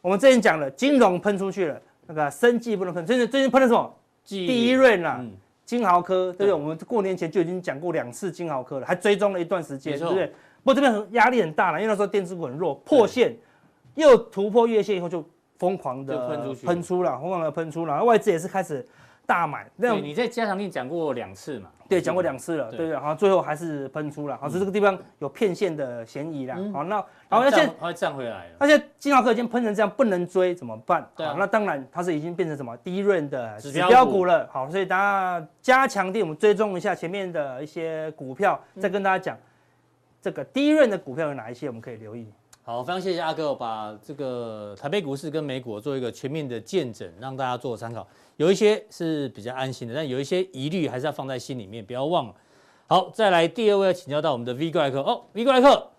Speaker 2: 我们之前讲了，金融喷出去了，那个生技不能喷，最近最近喷了什么？第一啊润啦，
Speaker 1: 嗯
Speaker 2: 金豪科，对不对？
Speaker 1: 对
Speaker 2: 我们过年前就已经讲过两次金豪科了，还追踪了一段时间，
Speaker 1: 没
Speaker 2: 对
Speaker 1: 错
Speaker 2: 不对？不过这边很压力很大了，因为那时候电子股很弱，破线又突破月线以后就疯狂的
Speaker 1: 就喷出去
Speaker 2: 喷出了，疯狂的喷出了，外资也是开始大买，那
Speaker 1: 对，你在加强力讲过两次嘛？
Speaker 2: 对，讲过两次了，
Speaker 1: 对
Speaker 2: 对不对？好，最后还是喷出了，好，所以这个地方有骗线的嫌疑
Speaker 1: 嗯
Speaker 2: 啦。好，那
Speaker 1: 然
Speaker 2: 好，
Speaker 1: 后
Speaker 2: 那现在
Speaker 1: 站它站回来了，啊
Speaker 2: 那现在金豪科已经喷成这样，不能追怎么办？
Speaker 1: 对啊
Speaker 2: 好那当然它是已经变成什么第一润的指
Speaker 1: 指标股
Speaker 2: 标股了。好，所以大家加强地我们追踪一下前面的一些股票，再跟大家讲这个第一润的股票有哪一些，我们可以留意。
Speaker 1: 好，非常谢谢阿哥，把这个台北股市跟美股做一个全面的见诊，让大家做参考。有一些是比较安心的，但有一些疑虑还是要放在心里面，不要忘了。好，再来第二位要请教到我们的 V 怪客哦，V 怪客，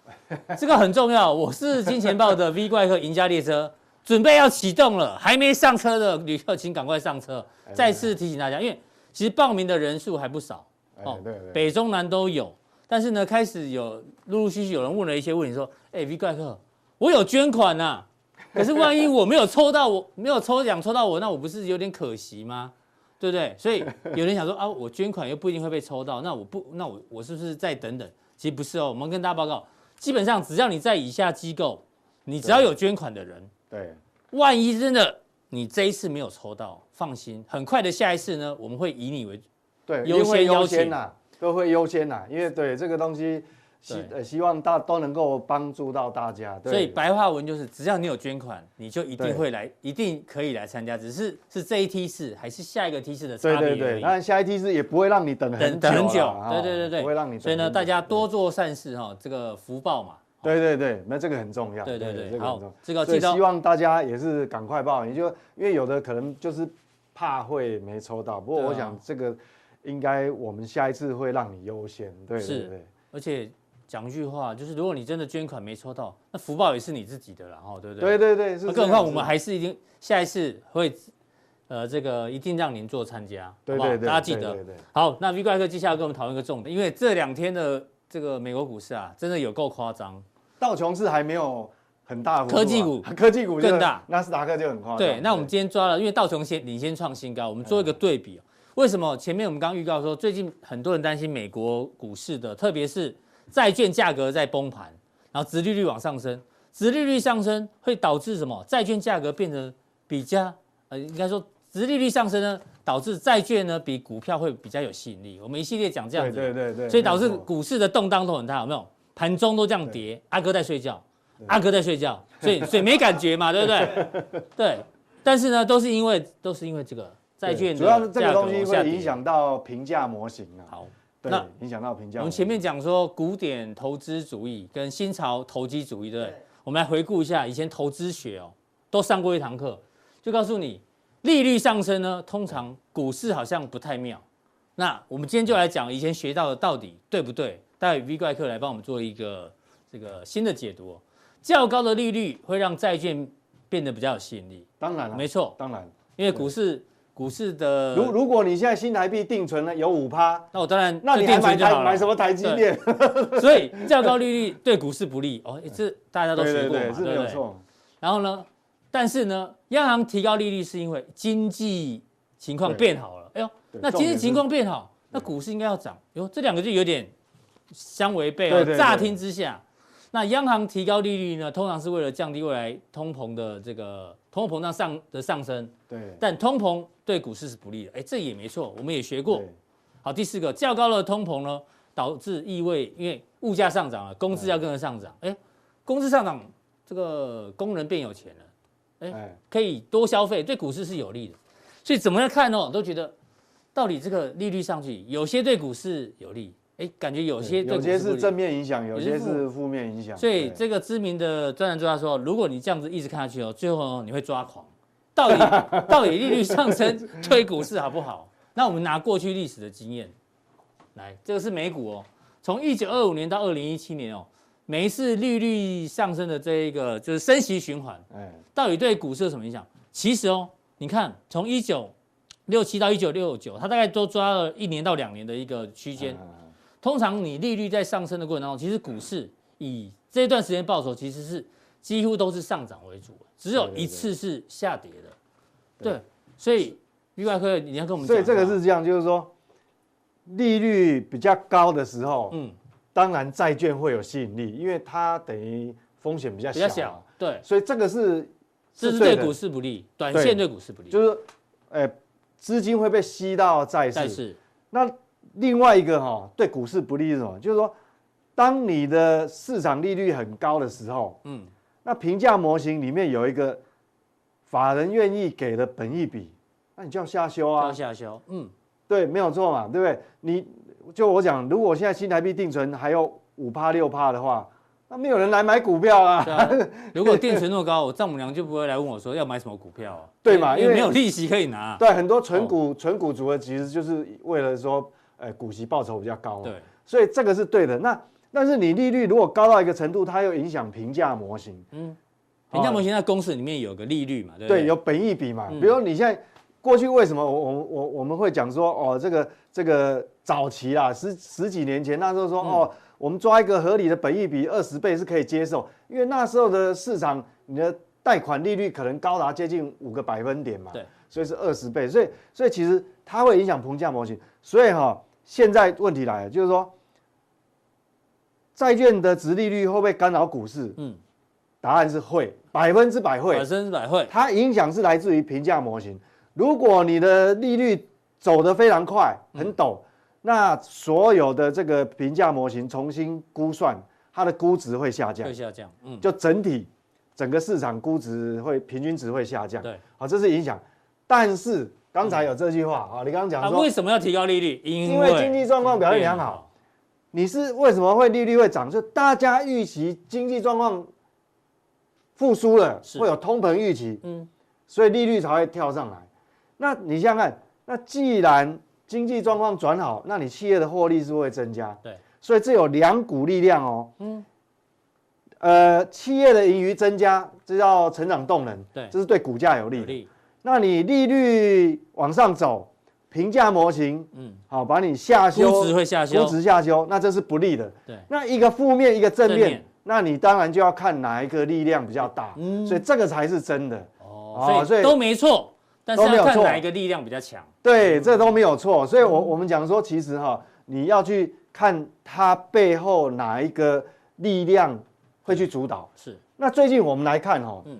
Speaker 1: 这个很重要。我是金钱豹的 V 怪客赢家列车，准备要启动了，还没上车的旅客请赶快上车。再次提醒大家，因为其实报名的人数还不少，
Speaker 3: 哎
Speaker 1: 哦
Speaker 3: 对对，
Speaker 1: 北中南都有。但是呢，开始有陆陆续续有人问了一些问题，说：“哎、v 怪客，我有捐款呐、 可是万一我没有抽到我， 没有抽奖抽到我，那我不是有点可惜吗？对不对？所以有人想说啊，我捐款又不一定会被抽到，那我不，那我我是不是再等等？其实不是哦，我们跟大家报告，基本上只要你在以下机构，你只要有捐款的人，
Speaker 3: 对，
Speaker 1: 万一真的你这一次没有抽到，放心，很快的下一次呢，我们会以你为
Speaker 3: 对，
Speaker 1: 优
Speaker 3: 因为
Speaker 1: 先邀
Speaker 3: 优先
Speaker 1: 请
Speaker 3: 呐、都会优先呐、啊因为对这个东西希
Speaker 1: 对
Speaker 3: 呃希望大都能够帮助到大家，对
Speaker 1: 所以白话文就是，只要你有捐款，你就一定会来，一定可以来参加，只是是这一梯次还是下一个梯次的差
Speaker 3: 对
Speaker 1: 别而
Speaker 3: 对
Speaker 1: 已。
Speaker 3: 对，当然下一梯是也不会让你等很
Speaker 1: 等
Speaker 3: 久
Speaker 1: 等很久
Speaker 3: 啦，
Speaker 1: 对
Speaker 3: 哦
Speaker 1: 对对对，
Speaker 3: 不会让你等
Speaker 1: 所以呢，
Speaker 3: 很久
Speaker 1: 大家多做善事哈，这个福报嘛。
Speaker 3: 对对对，那这个很重要。
Speaker 1: 对对对
Speaker 3: 这个
Speaker 1: 好
Speaker 3: 很重要
Speaker 1: 这个
Speaker 3: 所以
Speaker 1: 记得哦
Speaker 3: 希望大家也是赶快报名，就因为有的可能就是怕会没抽到，不过
Speaker 1: 对啊
Speaker 3: 我想这个应该我们下一次会让你优先。对对
Speaker 1: 是
Speaker 3: 对
Speaker 1: 而且讲句话，就是如果你真的捐款没抽到，那福报也是你自己的啦，哈，对不对？
Speaker 3: 对对对，是这样子。
Speaker 1: 更何况我们还是一定下一次会，呃，这个一定让您做参加，好
Speaker 3: 对
Speaker 1: 不好？
Speaker 3: 对对，
Speaker 1: 大家记
Speaker 3: 对
Speaker 1: 得
Speaker 3: 对。对
Speaker 1: 好，那 V 怪客接下来跟我们讨论一个重点，因为这两天的这个美国股市啊，真的有够夸张。
Speaker 3: 道琼斯还没有很大幅度啊
Speaker 1: 科技股
Speaker 3: 科技股就
Speaker 1: 更大
Speaker 3: 纳斯达克就很夸张。
Speaker 1: 对，那我们今天抓了，因为道琼先领先创新高，我们做一个对比、哦。为什么前面我们刚预告说，最近很多人担心美国股市的，特别是债券价格在崩盘，然后殖利率往上升，殖利率上升会导致什么？债券价格变得比较，呃，应该说殖利率上升呢，导致债券呢比股票会比较有吸引力。我们一系列讲这
Speaker 3: 对
Speaker 1: 样子，
Speaker 3: 对对对，
Speaker 1: 所以导致
Speaker 3: 没错
Speaker 1: 股市的动荡都很大，有没有？盘中都这样跌，阿哥在睡觉，阿哥在睡觉，所以所以没感觉 嘛，对不对？对，但是呢，都是因为都是因为这个债券的
Speaker 3: 对主要是这
Speaker 1: 价
Speaker 3: 个
Speaker 1: 格
Speaker 3: 东西
Speaker 1: 往下
Speaker 3: 会
Speaker 1: 跌
Speaker 3: 影。响到评价模型啊。
Speaker 1: 好，
Speaker 3: 对
Speaker 1: 那，
Speaker 3: 影响到评价模型。
Speaker 1: 我们前面讲说古典投资主义跟新潮投机主义，对不对？我们来回顾一下以前投资学哦，都上过一堂课，就告诉你利率上升呢，通常股市好像不太妙。那我们今天就来讲以前学到的到底对不对？待会 V 怪客来帮我们做一个这个新的解读、哦。较高的利率会让债券变得比较有吸引力，
Speaker 3: 当然了，
Speaker 1: 没错，
Speaker 3: 当然。
Speaker 1: 因为股市股市的，
Speaker 3: 如如果你现在新台币定存呢有五趴，
Speaker 1: 那我当然
Speaker 3: 那
Speaker 1: 就
Speaker 3: 你
Speaker 1: 定存
Speaker 3: 还买
Speaker 1: 就好
Speaker 3: 台
Speaker 1: 了
Speaker 3: 买什么台积电？
Speaker 1: 所以较高利率对股市不利哦，诶这大家都学过嘛，
Speaker 3: 是
Speaker 1: 对
Speaker 3: 没
Speaker 1: 不
Speaker 3: 有
Speaker 1: 对？
Speaker 3: 错。
Speaker 1: 然后呢，但是呢，央行提高利率是因为经济情况
Speaker 3: 对
Speaker 1: 变好了。哎呦，
Speaker 3: 对
Speaker 1: 那
Speaker 3: 重
Speaker 1: 经济
Speaker 3: 点
Speaker 1: 情
Speaker 3: 是嗯
Speaker 1: 况变好，那股市应该要涨。哟，这两个就有点相违背
Speaker 3: 对
Speaker 1: 哦。
Speaker 3: 对对
Speaker 1: 乍听之下，那央行提高利率呢，通常是为了降低未来通膨的这个通货膨胀上的上升，
Speaker 3: 对，
Speaker 1: 但通膨对股市是不利的。哎，这也没错，我们也学过。
Speaker 3: 对
Speaker 1: 好，第四个，较高的通膨呢，导致意味因为物价上涨了，啊工资要跟着上涨。哎，工资上涨，这个工人变有钱了，哎
Speaker 3: 哎，
Speaker 1: 可以多消费，对股市是有利的。所以怎么样看哦，都觉得到底这个利率上去，有些对股市有利，哎，感觉有些
Speaker 3: 对
Speaker 1: 对
Speaker 3: 有
Speaker 1: 股
Speaker 3: 些
Speaker 1: 市不
Speaker 3: 是
Speaker 1: 利
Speaker 3: 正面影响，有
Speaker 1: 有些
Speaker 3: 些
Speaker 1: 负
Speaker 3: 是负面影响。
Speaker 1: 所以
Speaker 3: 对
Speaker 1: 这个知名的专栏作家说，如果你这样子一直看下去哦，最后哦你会抓狂。到底到底利率上升 对股市好不好？那我们拿过去历史的经验，来，这个是美股哦，从一九二五年到二零一七年哦，每一次利率上升的这一个就是升息循环，
Speaker 3: 哎，
Speaker 1: 到底对股市有什么影响？其实哦，你看从一九六七到一九六九，它大概都抓了一年到两年的一个区间。
Speaker 3: 嗯嗯
Speaker 1: 通常你利率在上升的过程当中，其实股市以这段时间报酬其实是几乎都是上涨为主，只有
Speaker 3: 对对
Speaker 1: 一次是下跌的。
Speaker 3: 对
Speaker 1: 对，所以另外科你要跟我
Speaker 3: 嗯
Speaker 1: 们讲
Speaker 3: 所
Speaker 1: 一
Speaker 3: 以
Speaker 1: 下，
Speaker 3: 这个是这样，就是说利率比较高的时候，
Speaker 1: 嗯
Speaker 3: 当然债券会有吸引力，因为它等于风险比较
Speaker 1: 比
Speaker 3: 小
Speaker 1: 较
Speaker 3: 啊。
Speaker 1: 小，对，
Speaker 3: 所以这个是
Speaker 1: 这是
Speaker 3: 对
Speaker 1: 对
Speaker 3: 的
Speaker 1: 股市不利，短
Speaker 3: 对
Speaker 1: 线对股市不利，
Speaker 3: 就是，哎，资金会被吸到债
Speaker 1: 但
Speaker 3: 市。
Speaker 1: 是
Speaker 3: 那另外一个哈、对股市不利是什么？就是说，当你的市场利率很高的时候，
Speaker 1: 嗯，
Speaker 3: 那评价模型里面有一个法人愿意给的本益比，那你就要下修
Speaker 1: 高
Speaker 3: 啊，
Speaker 1: 下修， 嗯，
Speaker 3: 对，没有错嘛，对不对？你就我讲，如果现在新台币定存还有五趴六趴的话，那没有人来买股票啊，
Speaker 1: 对啊。如果定存那么高，我丈母娘就不会来问我说要买什么股票啊，
Speaker 3: 对嘛
Speaker 1: 因
Speaker 3: 因
Speaker 1: 为
Speaker 3: 为
Speaker 1: 没有利息可以拿。
Speaker 3: 对，很多纯股纯股族的其实就是为了说，呃，股息报酬比较高嘛，
Speaker 1: 对，
Speaker 3: 所以这个是对的。那但是你利率如果高到一个程度，它又影响评价模型，
Speaker 1: 评价模型在公式里面有个利率嘛，对不
Speaker 3: 对，
Speaker 1: 对？
Speaker 3: 有本益比嘛。
Speaker 1: 嗯
Speaker 3: 比如你现在过去为什么我我我我们会讲说哦，这个这个早期啊，十十几年前那时
Speaker 1: 嗯
Speaker 3: 候说、哦，我们抓一个合理的本益比二十倍是可以接受，因为那时候的市场你的贷款利率可能高达接近五个百分点嘛，
Speaker 1: 对，
Speaker 3: 所以是二十倍，所以所以其实它会影响膨胀模型，所以哈、现在问题来了，就是说债券的值利率会不会干扰股市？
Speaker 1: 嗯，
Speaker 3: 答案是会，百分之百会
Speaker 1: 百，分之百会，
Speaker 3: 它影响是来自于评价模型。如果你的利率走得非常快，很陡，那所有的这个评价模型重新估算，它的估值会下降
Speaker 1: 会，下降，嗯，
Speaker 3: 就整体整个市场估值会平均值会下降。
Speaker 1: 对，
Speaker 3: 好，这是影响。但是刚才有这句话啊，你刚刚
Speaker 1: 啊，
Speaker 3: 讲说
Speaker 1: 为，什么要提高利率？因
Speaker 3: 因为经济状况表现良好，，你是为什么会利率会涨？就大家预期经济状况复苏了，
Speaker 1: 是
Speaker 3: 会有通膨预期，
Speaker 1: 嗯，
Speaker 3: 所以利率才会跳上来。那你想想看，那既然经济状况转好，那你企业的获利是不是会增加，
Speaker 1: 对，
Speaker 3: 所以这有两股力量哦。嗯，呃，企业的盈余增加，这叫成长动能，
Speaker 1: 对
Speaker 3: 这是对股价有利
Speaker 1: 有
Speaker 3: 的。
Speaker 1: 利，
Speaker 3: 那你利率往上走，评价模型
Speaker 1: 嗯，
Speaker 3: 好把你下修，
Speaker 1: 估值会下修
Speaker 3: 估，值下修，那这是不利的。
Speaker 1: 对，
Speaker 3: 那一个负面，一个正面，
Speaker 1: 正面
Speaker 3: 那你当然就要看哪一个力量比较大，
Speaker 1: 嗯
Speaker 3: 所以这个才是真的。
Speaker 1: 哦，
Speaker 3: 哦
Speaker 1: 所
Speaker 3: 所
Speaker 1: 以
Speaker 3: 以
Speaker 1: 都没错，但是
Speaker 3: 都没
Speaker 1: 要
Speaker 3: 有
Speaker 1: 看
Speaker 3: 错
Speaker 1: 哪一个力量比较强，
Speaker 3: 对，这都没有错。所以我，我
Speaker 1: 嗯
Speaker 3: 们讲说，其实哈、你要去看它背后哪一个力量会去主导。
Speaker 1: 是，
Speaker 3: 那最近我们来看哈、
Speaker 1: 嗯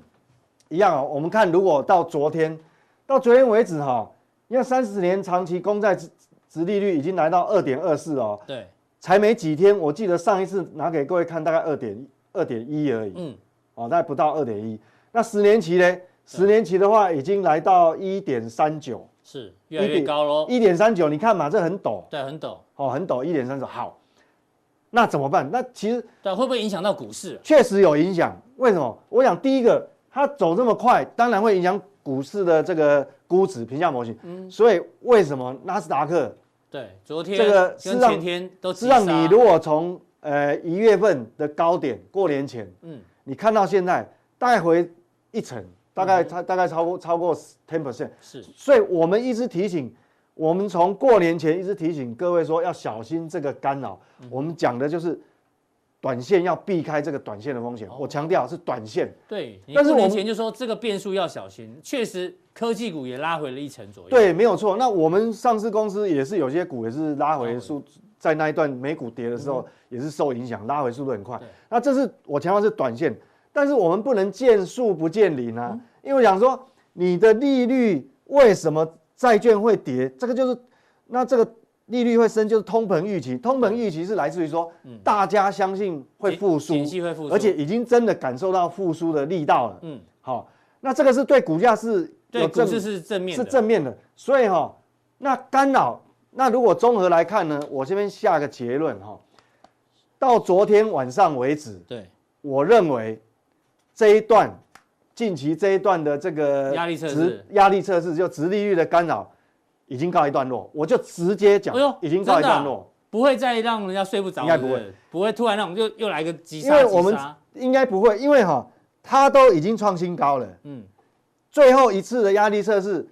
Speaker 3: 一样哦，我们看如果到昨天，到昨天为止哈、你看三十年长期公债值值利率已经来到二点二四哦，
Speaker 1: 对，
Speaker 3: 才没几天，我记得上一次拿给各位看大概二点二点一而已，
Speaker 1: 嗯，
Speaker 3: 哦，大概不到二点一。那十年期呢？十年期的话已经来到一点三九，
Speaker 1: 是越来越高喽，
Speaker 3: 一点三九，你看嘛，这很陡
Speaker 1: 对，很陡，
Speaker 3: 哦，很陡，一点三九。好，那怎么办？那其实
Speaker 1: 对，会不会影响到股市啊？
Speaker 3: 确实有影响。为什么？我想第一个，它走这么快，当然会影响股市的这个估值评价模型。所以为什么纳斯达克
Speaker 1: 对，昨天
Speaker 3: 这个是
Speaker 1: 跟
Speaker 3: 让
Speaker 1: 前天都
Speaker 3: 是
Speaker 1: 急
Speaker 3: 让
Speaker 1: 杀
Speaker 3: 你如果从呃一月份的高点过年前，
Speaker 1: 嗯
Speaker 3: 嗯，你看到现在大概回一层，大概它大概超过超过 ten percent，
Speaker 1: 是
Speaker 3: 所以我们一直提醒，我们从过年前一直提醒各位说要小心这个干扰。我们讲的就是短线要避开这个短线的风险，我强调是短线。
Speaker 1: 对，你
Speaker 3: 但是
Speaker 1: 过年
Speaker 3: 我们
Speaker 1: 前就说这个变数要小心，确实科技股也拉回了一成左右，，
Speaker 3: 对，没有错。那我们上市公司也是有些股也是拉回速，在那一段美股跌的时候也是受影响，拉回速度很快
Speaker 1: 嗯对。
Speaker 3: 那这是我强调是短线，但是我们不能见树不见林啊，
Speaker 1: 嗯
Speaker 3: 因为我想说你的利率为什么债券会跌，这个就是那这个。利率会升就是通膨预期，通膨预期是来自于说大家相信会
Speaker 1: 景
Speaker 3: 复苏，
Speaker 1: 嗯景气会复苏
Speaker 3: 而且已经真的感受到复苏的力道了。
Speaker 1: 嗯，
Speaker 3: 好，那这个是对股价是
Speaker 1: 对，
Speaker 3: 有
Speaker 1: 股
Speaker 3: 正
Speaker 1: 市是正面
Speaker 3: 是
Speaker 1: 的，
Speaker 3: 正面的。所以哈、那干扰，那如果综合来看呢，我这边下个结论哈、到昨天晚上为止，
Speaker 1: 对，
Speaker 3: 我认为这一段近期这一段的这个
Speaker 1: 压力测试
Speaker 3: 值压力测试就直利率的干扰已经告一段落，我就直接讲
Speaker 1: 哎呦，啊
Speaker 3: 已经告一段落。
Speaker 1: 不会再让人家睡不着，
Speaker 3: 应该不会
Speaker 1: 是是，不会突然让我们又又来个急
Speaker 3: 因
Speaker 1: 杀，
Speaker 3: 为我们
Speaker 1: 急杀
Speaker 3: 应该不会，因为哈、它都已经创新高了。
Speaker 1: 嗯
Speaker 3: 嗯，最后一次的压力测试，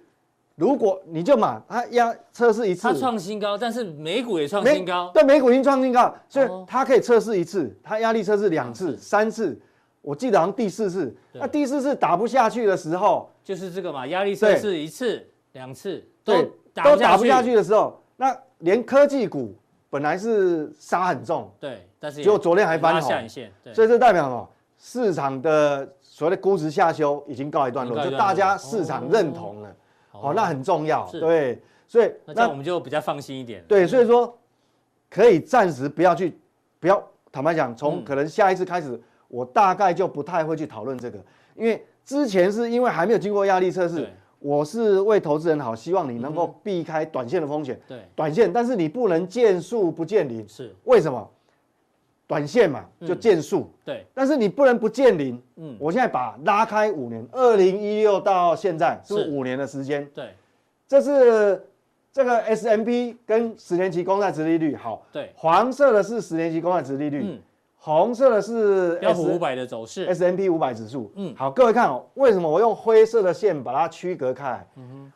Speaker 3: 如果你就买它压测试一次，
Speaker 1: 它创新高，但是美股也创
Speaker 3: 美
Speaker 1: 新高，
Speaker 3: 对，美股已经创新高，所以
Speaker 1: 哦
Speaker 3: 它可以测试一次，它压力测试两次、三次，我记得好像第四次，
Speaker 1: 对
Speaker 3: 那第四次打不下去的时候，
Speaker 1: 就是这个嘛，压力测试一次、两次都
Speaker 3: 对
Speaker 1: 打
Speaker 3: 都打不下去，的时候，那连科技股本来是杀很重，
Speaker 1: 对，但是也
Speaker 3: 结果昨天还翻
Speaker 1: 拉
Speaker 3: 红
Speaker 1: 下影线，对，
Speaker 3: 所以这代表什么？市场的所谓的估值下修已经告一段
Speaker 1: 已
Speaker 3: 落，
Speaker 1: 经告一
Speaker 3: 就
Speaker 1: 段
Speaker 3: 大家
Speaker 1: 落
Speaker 3: 市场认同了，哦，那很重要，
Speaker 1: 是
Speaker 3: 对，所以
Speaker 1: 那这样我们就比较放心一点，
Speaker 3: 对，所以说可以暂时不要去，不要坦白讲，
Speaker 1: 嗯
Speaker 3: 从可能下一次开始，我大概就不太会去讨论这个，因为之前是因为还没有经过压力测试
Speaker 1: 对，嗯
Speaker 3: 我是为投资人好，希望你能够避开短线的风险，
Speaker 1: 对，
Speaker 3: 短线，但是你不能见树不见林，
Speaker 1: 是，
Speaker 3: 为什么？短线嘛，就见树。
Speaker 1: 对，
Speaker 3: 但是你不能不见零。
Speaker 1: 嗯
Speaker 3: 嗯，我现在把拉开五年，二零一六到现在是
Speaker 1: 是
Speaker 3: 五年的时间，
Speaker 1: 对，
Speaker 3: 这是这个 S M P 跟十年期公债殖利率。好，
Speaker 1: 对，
Speaker 3: 黄色的是十年期公债殖利率，
Speaker 1: 嗯
Speaker 3: 红色的是
Speaker 1: 标普五
Speaker 3: S
Speaker 1: 百的走势，
Speaker 3: S M P 五百指数。
Speaker 1: 嗯
Speaker 3: 嗯，好，各位看哦，为什么我用灰色的线把它区隔开来？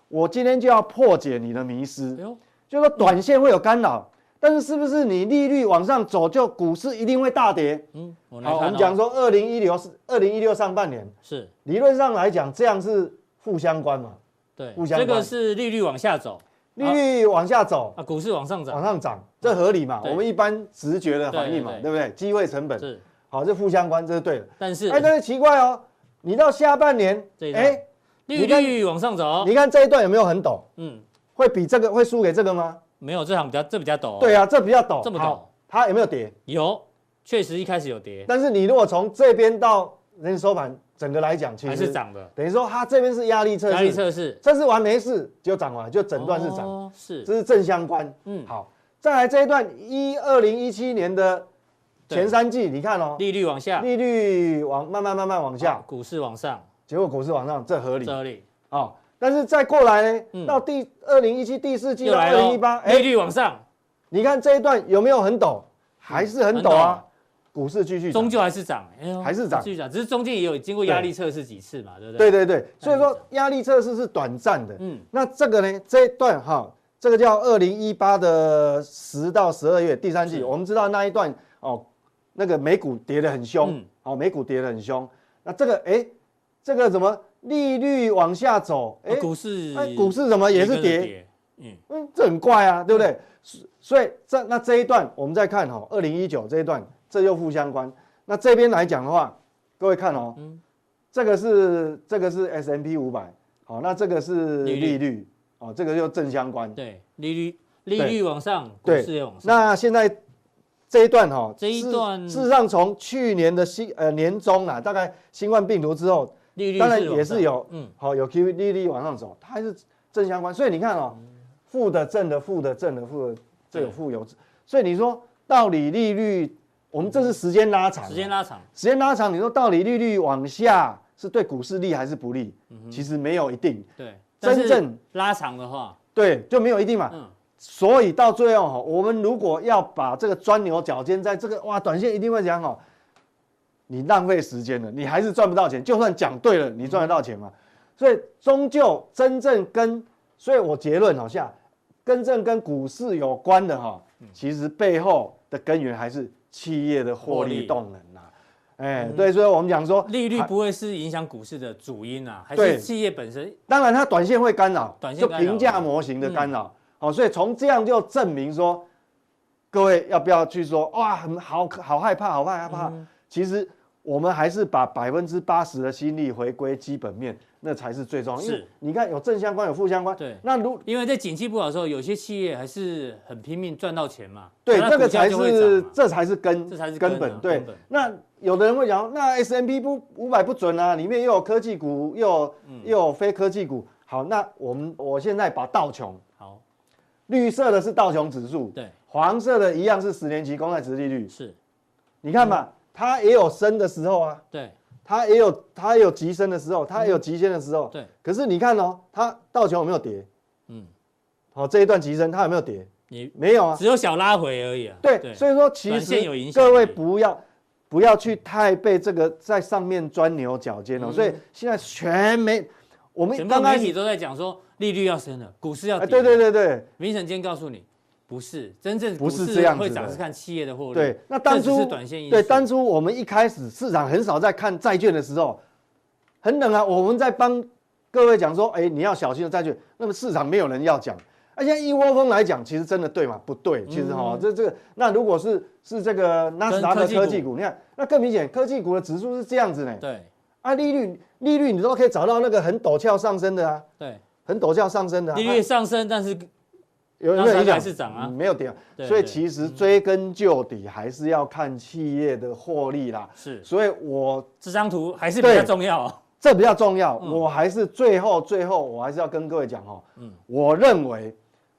Speaker 3: 我今天就要破解你的迷失
Speaker 1: 嗯哎，呦，
Speaker 3: 就是说短线会有干扰，但是是不是你利率往上走，就股市一定会大跌？
Speaker 1: 嗯，我来
Speaker 3: 好，我
Speaker 1: 看
Speaker 3: 们
Speaker 1: 哦
Speaker 3: 讲说二零一六是二零一六上半年，
Speaker 1: 是
Speaker 3: 理论上来讲，这样是负相关嘛，
Speaker 1: 对，
Speaker 3: 互相
Speaker 1: 这个
Speaker 3: 关
Speaker 1: 是利率往下走
Speaker 3: 利率往下走，
Speaker 1: 啊，股市往上
Speaker 3: 往
Speaker 1: 涨，
Speaker 3: 上涨，这合理嘛？
Speaker 1: 对
Speaker 3: 我们一般直觉的反应嘛，
Speaker 1: 对
Speaker 3: 对不对？机会成本，
Speaker 1: 是，
Speaker 3: 好，这负相关，这是对的。
Speaker 1: 但是
Speaker 3: 啊哎，但是奇怪哦，你到下半年
Speaker 1: 这一，段
Speaker 3: 哎，
Speaker 1: 利
Speaker 3: 你看
Speaker 1: 率往上走，
Speaker 3: 你看这一段有没有很陡？
Speaker 1: 嗯，
Speaker 3: 会比这个会输给这个吗？
Speaker 1: 没有这行比较这比较陡，哦
Speaker 3: 对，啊，这比较陡，
Speaker 1: 这么陡
Speaker 3: 好，它有没有跌？
Speaker 1: 有，确实一开始有跌，
Speaker 3: 但是你如果从这边到人家收盘，整个来讲，其
Speaker 1: 还
Speaker 3: 实
Speaker 1: 是，涨的，
Speaker 3: 等于说它这边是压力测
Speaker 1: 压力
Speaker 3: 试，
Speaker 1: 测试，
Speaker 3: 测试完没事就涨完，就整段是涨，
Speaker 1: 哦，是，
Speaker 3: 这是正相关。
Speaker 1: 嗯，
Speaker 3: 好，再来这一段一二零一七年的前三季，你看哦，
Speaker 1: 利率往 下，
Speaker 3: 利率往慢慢慢慢往
Speaker 1: 啊
Speaker 3: 下，
Speaker 1: 股市往上，
Speaker 3: 结果股市往上，这合理
Speaker 1: 这里
Speaker 3: 哦。但是再过来
Speaker 1: 嗯
Speaker 3: 呢，到第二零一七第四季
Speaker 1: 又
Speaker 3: 到
Speaker 1: 来
Speaker 3: 二
Speaker 1: 了
Speaker 3: 零一八，哎
Speaker 1: 哦，利率嗯往上，
Speaker 3: 你看这一段有没有很陡？还是很陡啊，股市继续涨
Speaker 1: 终究还是涨，哎呦
Speaker 3: 还是涨
Speaker 1: 继续涨，只是中间也有经过压力测试几次嘛，对不
Speaker 3: 对
Speaker 1: 对？对，
Speaker 3: 对对，所以
Speaker 1: 还是哎
Speaker 3: 说
Speaker 1: 涨
Speaker 3: 压力测试是短暂的。
Speaker 1: 嗯，
Speaker 3: 那这个呢，这一段哈，这个叫二零一八的十到十二月第三季，
Speaker 1: 是
Speaker 3: 我们知道那一段哦，那个美股跌得很凶，
Speaker 1: 嗯
Speaker 3: 哦，美股跌得很凶。那这个哎，这个怎么利率往下走？哎
Speaker 1: 啊，股市
Speaker 3: 哎股市怎么也是
Speaker 1: 跟着
Speaker 3: 跌？，
Speaker 1: 嗯，
Speaker 3: 嗯，这很怪啊，对不对？所所以这那这一段我们再看哈、哦，二零一九这一段，这又负相关。那这边来讲的话，各位看哦，
Speaker 1: 嗯
Speaker 3: 这个是这个是 S M P 五百，好，那这个是
Speaker 1: 利率
Speaker 3: 利率，哦，这个又正相关。
Speaker 1: 对，利率利率往上，股
Speaker 3: 对
Speaker 1: 市也往上，
Speaker 3: 那现在这一段哈、哦，
Speaker 1: 这一
Speaker 3: 事
Speaker 1: 段
Speaker 3: 事实上从去年的新呃年中啊，大概新冠病毒之后，
Speaker 1: 利率
Speaker 3: 当然
Speaker 1: 往
Speaker 3: 也
Speaker 1: 上
Speaker 3: 是有
Speaker 1: 嗯，
Speaker 3: 好、有 Q 利率往上走，它还是正相关。所以你看哦，负的正的负的正的负的这有
Speaker 1: 嗯对
Speaker 3: 负有正，所以你说道理利率，我们这是时间拉长啊，
Speaker 1: 时间拉长，
Speaker 3: 时间拉长，你说道理利率往下是对股市利还是不利？
Speaker 1: 嗯
Speaker 3: 其实没有一定，
Speaker 1: 对，但
Speaker 3: 嗯真
Speaker 1: 是
Speaker 3: 正
Speaker 1: 拉长的话，
Speaker 3: 对就没有一定嘛。
Speaker 1: 嗯，
Speaker 3: 所以到最后哈，我们如果要把这个钻牛角尖，在这个哇短线一定会讲哦，你浪费时间了，你还是赚不到钱。就算讲对了，你赚得到钱
Speaker 1: 嗯
Speaker 3: 嘛？所以终究真正跟，所以我结论好像，真正跟股市有关的哈，
Speaker 1: 嗯
Speaker 3: 其实背后的根源还是企业的获
Speaker 1: 获利嗯
Speaker 3: 利动能呐、哎、对，所以我们讲说，
Speaker 1: 利率
Speaker 3: 还
Speaker 1: 不会是影响股市的主因啊，还
Speaker 3: 对
Speaker 1: 是企业本身
Speaker 3: 当然它短线会干扰，
Speaker 1: 短线
Speaker 3: 就
Speaker 1: 干扰嗯
Speaker 3: 评价模型的干扰。好、所以从这样就证明说，各位要不要去说哇，很好好害怕，好害怕？
Speaker 1: 嗯
Speaker 3: 其实我们还是把百分之八十的心力回归基本面，那才是最重要。
Speaker 1: 是
Speaker 3: 因为你看有正相关，有负相关。
Speaker 1: 对
Speaker 3: 那如
Speaker 1: 因为在景气不好的时候，有些企业还是很拼命赚到钱嘛，
Speaker 3: 对
Speaker 1: 那
Speaker 3: 这个
Speaker 1: 股价
Speaker 3: 才
Speaker 1: 就会涨
Speaker 3: 是
Speaker 1: 嘛
Speaker 3: 这才是根，
Speaker 1: 这才是根啊
Speaker 3: 根本。对
Speaker 1: 根本，
Speaker 3: 那有的人会讲，那 S M P 不五百不准啊，里面又有科技股，又有
Speaker 1: 嗯
Speaker 3: 又有非科技股。好，那我们我现在把道琼。
Speaker 1: 好，
Speaker 3: 绿色的是道琼指数，
Speaker 1: 对，
Speaker 3: 黄色的一样是十年期公债殖利率。
Speaker 1: 是，
Speaker 3: 你看
Speaker 1: 嗯
Speaker 3: 嘛，它也有升的时候啊，
Speaker 1: 对
Speaker 3: 它也有它也有急升的时候，它也有急升的时候。
Speaker 1: 对，
Speaker 3: 可是你看哦，它道琼有没有跌？
Speaker 1: 嗯，
Speaker 3: 好、这一段急升它有没有跌？
Speaker 1: 你
Speaker 3: 没有啊。
Speaker 1: 只有小拉回而已啊，
Speaker 3: 对，所以说其
Speaker 1: 短线
Speaker 3: 实
Speaker 1: 有影响
Speaker 3: 各位
Speaker 1: 而已
Speaker 3: 不要不要去太被这个在上面钻牛角尖哦。所以现在全没我们
Speaker 1: 嗯全部
Speaker 3: 刚开
Speaker 1: 媒体
Speaker 3: 始
Speaker 1: 都在讲说利率要升了，股市要
Speaker 3: 哎，
Speaker 1: 跌，
Speaker 3: 对对，对对，
Speaker 1: 明神今天告诉你，不是真正
Speaker 3: 不是
Speaker 1: 股市
Speaker 3: 这样子
Speaker 1: 会
Speaker 3: 的
Speaker 1: 涨是看企业的获利，
Speaker 3: 对，那当
Speaker 1: 这只
Speaker 3: 初
Speaker 1: 是短线因素，
Speaker 3: 对当初我们一开始市场很少在看债券的时候，很冷啊，我们在帮各位讲说，哎、你要小心的债券，那么市场没有人要讲。而且一窝蜂来讲，其实真的对吗？不对，其实哈、这这个，那如果是是这个纳斯达克
Speaker 1: 嗯跟科技股
Speaker 3: 科技股，你看，那更明显，科技股的指数是这样子呢。
Speaker 1: 对
Speaker 3: 啊，利率利率你都可以找到那个很陡峭上升的啊，
Speaker 1: 对，
Speaker 3: 很陡峭上升的、啊。
Speaker 1: 利
Speaker 3: 啊
Speaker 1: 率上升，但是
Speaker 3: 有
Speaker 1: 那
Speaker 3: 没有影
Speaker 1: 它
Speaker 3: 响？
Speaker 1: 还是涨啊
Speaker 3: 嗯没有跌啊
Speaker 1: 对。
Speaker 3: 所以
Speaker 1: 对嗯
Speaker 3: 其实追根究底还是要看企业的获利啦。
Speaker 1: 是
Speaker 3: 所以我
Speaker 1: 这张图还是比较
Speaker 3: 对
Speaker 1: 重要哦，
Speaker 3: 这比较重要，我还是最后最后我还是要跟各位讲哦，
Speaker 1: 嗯
Speaker 3: 我认为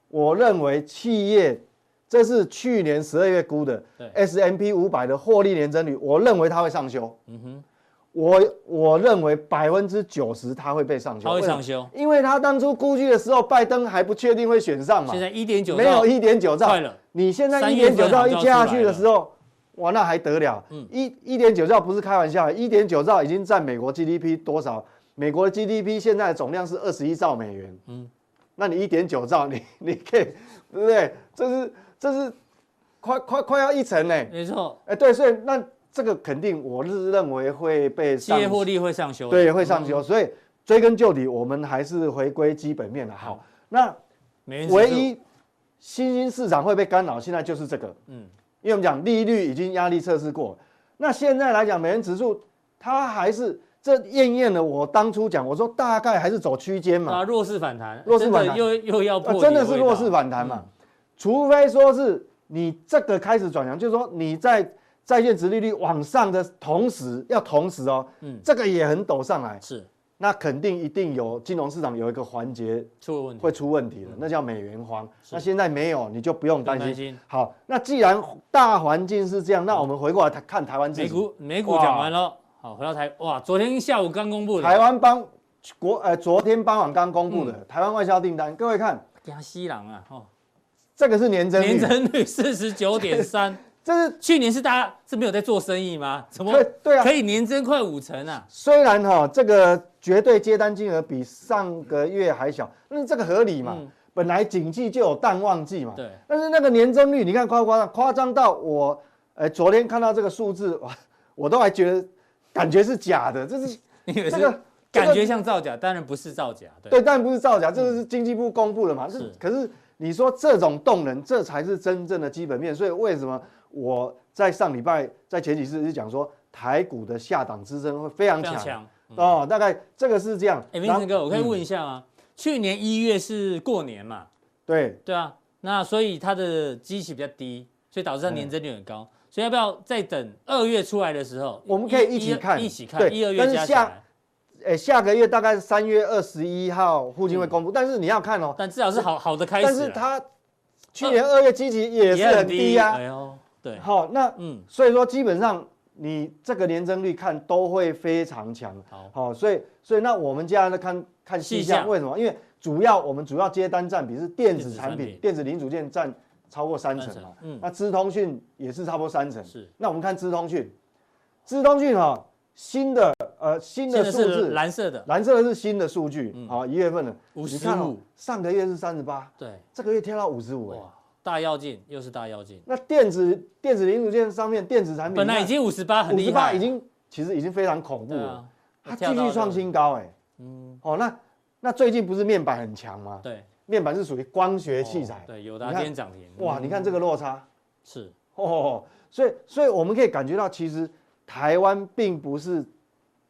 Speaker 3: 我认为企业这是去年十二月估的
Speaker 1: 对
Speaker 3: S M P 五百的获利年增率，我认为它会上修。嗯哼，我我认为百分之九十它会被上修，
Speaker 1: 它会上
Speaker 3: 为什
Speaker 1: 修
Speaker 3: 么，因为它当初估计的时候，拜登还不确定会选上嘛
Speaker 1: 现，在一点九
Speaker 3: 没有一点九兆，
Speaker 1: 快了，
Speaker 3: 你现在
Speaker 1: 三
Speaker 3: 一
Speaker 1: 月
Speaker 3: 点
Speaker 1: 份
Speaker 3: 九兆
Speaker 1: 好像
Speaker 3: 一
Speaker 1: 要
Speaker 3: 加
Speaker 1: 出
Speaker 3: 下
Speaker 1: 来
Speaker 3: 去
Speaker 1: 了
Speaker 3: 的
Speaker 1: 嗯
Speaker 3: 时候，哇，那还得了？一一点九兆不是开玩笑，一点九兆已经占美国 GDP 多少？美国的 GDP 现在的总量是二十一兆美元。嗯，那你一点九兆，你你可以对不对？这是这是快快快要一成呢。
Speaker 1: 没错，
Speaker 3: 哎，对，所以那这个肯定我是认为会被
Speaker 1: 企
Speaker 3: 上
Speaker 1: 业获利嗯会上修。
Speaker 3: 对，会上修，所以追根究底，我们还是回归基本面了。
Speaker 1: 嗯
Speaker 3: 好，那
Speaker 1: 美元指数
Speaker 3: 唯一新兴市场会被干扰，现在就是这个，
Speaker 1: 嗯，
Speaker 3: 因为我们讲利率已经压力测试过了，那现在来讲，美元指数它还是这验验了我当初讲，我说大概还是走区间嘛，
Speaker 1: 啊，弱势反弹，
Speaker 3: 弱势反弹
Speaker 1: 真的又又要破
Speaker 3: 啊
Speaker 1: 底味道、
Speaker 3: 真的是弱势反弹
Speaker 1: 嗯
Speaker 3: 嘛，除非说是你这个开始转强，就是说你在债券值利率往上的同时，要同时哦，
Speaker 1: 嗯
Speaker 3: 这个也很陡上来，
Speaker 1: 是
Speaker 3: 那肯定一定有金融市场有一个环节
Speaker 1: 出了问题，嗯
Speaker 3: 会出问题的，那叫美元荒。那现在没有，你就不用担
Speaker 1: 不用担
Speaker 3: 心
Speaker 1: 心。嗯
Speaker 3: 好，那既然大环境是这样，那我们回过来看看台湾自
Speaker 1: 美
Speaker 3: 己。
Speaker 1: 股美股讲完了，好，回到台哇，昨天下午刚公布的
Speaker 3: 台湾帮国呃，昨天傍晚刚公布
Speaker 1: 嗯
Speaker 3: 的台湾外销订单，各位看，
Speaker 1: 亚西郎啊，哦，
Speaker 3: 这个是年增率
Speaker 1: 年，增率四十九点三，
Speaker 3: 这是
Speaker 1: 去年是大家是没有在做生意吗？怎么
Speaker 3: 对对啊
Speaker 1: 可。以年增快五成啊？
Speaker 3: 虽然哈、这个绝对接单金额比上个月还小，但是这个合理嘛？
Speaker 1: 嗯
Speaker 3: 本来景气就有淡旺季嘛。
Speaker 1: 对，
Speaker 3: 但是那个年增率，你看夸不夸张？夸张到我，呃，昨天看到这个数字，哇，我都还觉得感觉是假的，这是
Speaker 1: 你 以为
Speaker 3: 这
Speaker 1: 是
Speaker 3: 个这
Speaker 1: 感
Speaker 3: 个
Speaker 1: 觉像造假，当然不是造假，对，
Speaker 3: 对，但不是造假，这个是经济部公布的嘛。是
Speaker 1: 嗯是，
Speaker 3: 可是你说这种动能，这才是真正的基本面。所以为什么我在上礼拜在前几次是讲说台股的下档支撑会非常
Speaker 1: 非
Speaker 3: 强
Speaker 1: 常强。
Speaker 3: 哦，大概这个是这样。
Speaker 1: 哎，
Speaker 3: 然
Speaker 1: 明
Speaker 3: 后
Speaker 1: 成哥，我可以
Speaker 3: 嗯
Speaker 1: 问一下吗？去年一月是过年嘛？
Speaker 3: 嗯对，
Speaker 1: 对啊，那所以它的基期比较低，所以导致它年增率很高。所以要不要再等二月出来的时候，
Speaker 3: 我们可以一起看
Speaker 1: 一起看
Speaker 3: 对
Speaker 1: 一二
Speaker 3: 但
Speaker 1: 月
Speaker 3: 是
Speaker 1: 加起
Speaker 3: 下
Speaker 1: 来，
Speaker 3: 哎，下个月大概三月二十一号附近会公布，但是你要看哦，
Speaker 1: 但至少是好好的嗯开始
Speaker 3: 但
Speaker 1: 啦。
Speaker 3: 是它去年二月基期也是很低呀、
Speaker 1: 哎呦，对，
Speaker 3: 好，那
Speaker 1: 嗯，
Speaker 3: 所以说基本上你这个年增率看都会非常强。
Speaker 1: 好，
Speaker 3: 好，所以所以那我们接下来看看细
Speaker 1: 细
Speaker 3: 项，
Speaker 1: 项
Speaker 3: 为什么？因为主要我们主要接单占比是电
Speaker 1: 电
Speaker 3: 子
Speaker 1: 子
Speaker 3: 产
Speaker 1: 产
Speaker 3: 品
Speaker 1: 品、
Speaker 3: 电子零组件占超过三成
Speaker 1: 三
Speaker 3: 嘛
Speaker 1: 成，嗯
Speaker 3: 那资通讯也是差不多三成。
Speaker 1: 是，
Speaker 3: 那我们看资通讯，资通讯哈新的呃新
Speaker 1: 现
Speaker 3: 的
Speaker 1: 在
Speaker 3: 数
Speaker 1: 是
Speaker 3: 字，
Speaker 1: 蓝色嗯的，
Speaker 3: 蓝色的是新的数据，好一月份的
Speaker 1: 55
Speaker 3: 你看哦上个月是三十八，
Speaker 1: 对，
Speaker 3: 这个月跳到五哎十五，
Speaker 1: 哇，大跃进又是大跃进，
Speaker 3: 那电子电子零组件上面电子产品
Speaker 1: 本来已经五十八，很
Speaker 3: 五十
Speaker 1: 厉
Speaker 3: 八
Speaker 1: 害，
Speaker 3: 已经其实已经非常恐怖
Speaker 1: 对
Speaker 3: 了。
Speaker 1: 啊，
Speaker 3: 它
Speaker 1: 跳
Speaker 3: 继
Speaker 1: 到
Speaker 3: 续创
Speaker 1: 了，嗯
Speaker 3: 新高哎、哦，那那最近不是面板很强吗？
Speaker 1: 对，
Speaker 3: 面板是属于光学
Speaker 1: 哦
Speaker 3: 器材，
Speaker 1: 对，友
Speaker 3: 你
Speaker 1: 达
Speaker 3: 看
Speaker 1: 今天涨停，
Speaker 3: 哇，
Speaker 1: 嗯
Speaker 3: 你看这个落差
Speaker 1: 是
Speaker 3: 哦，所以所以我们可以感觉到，其实台湾并不是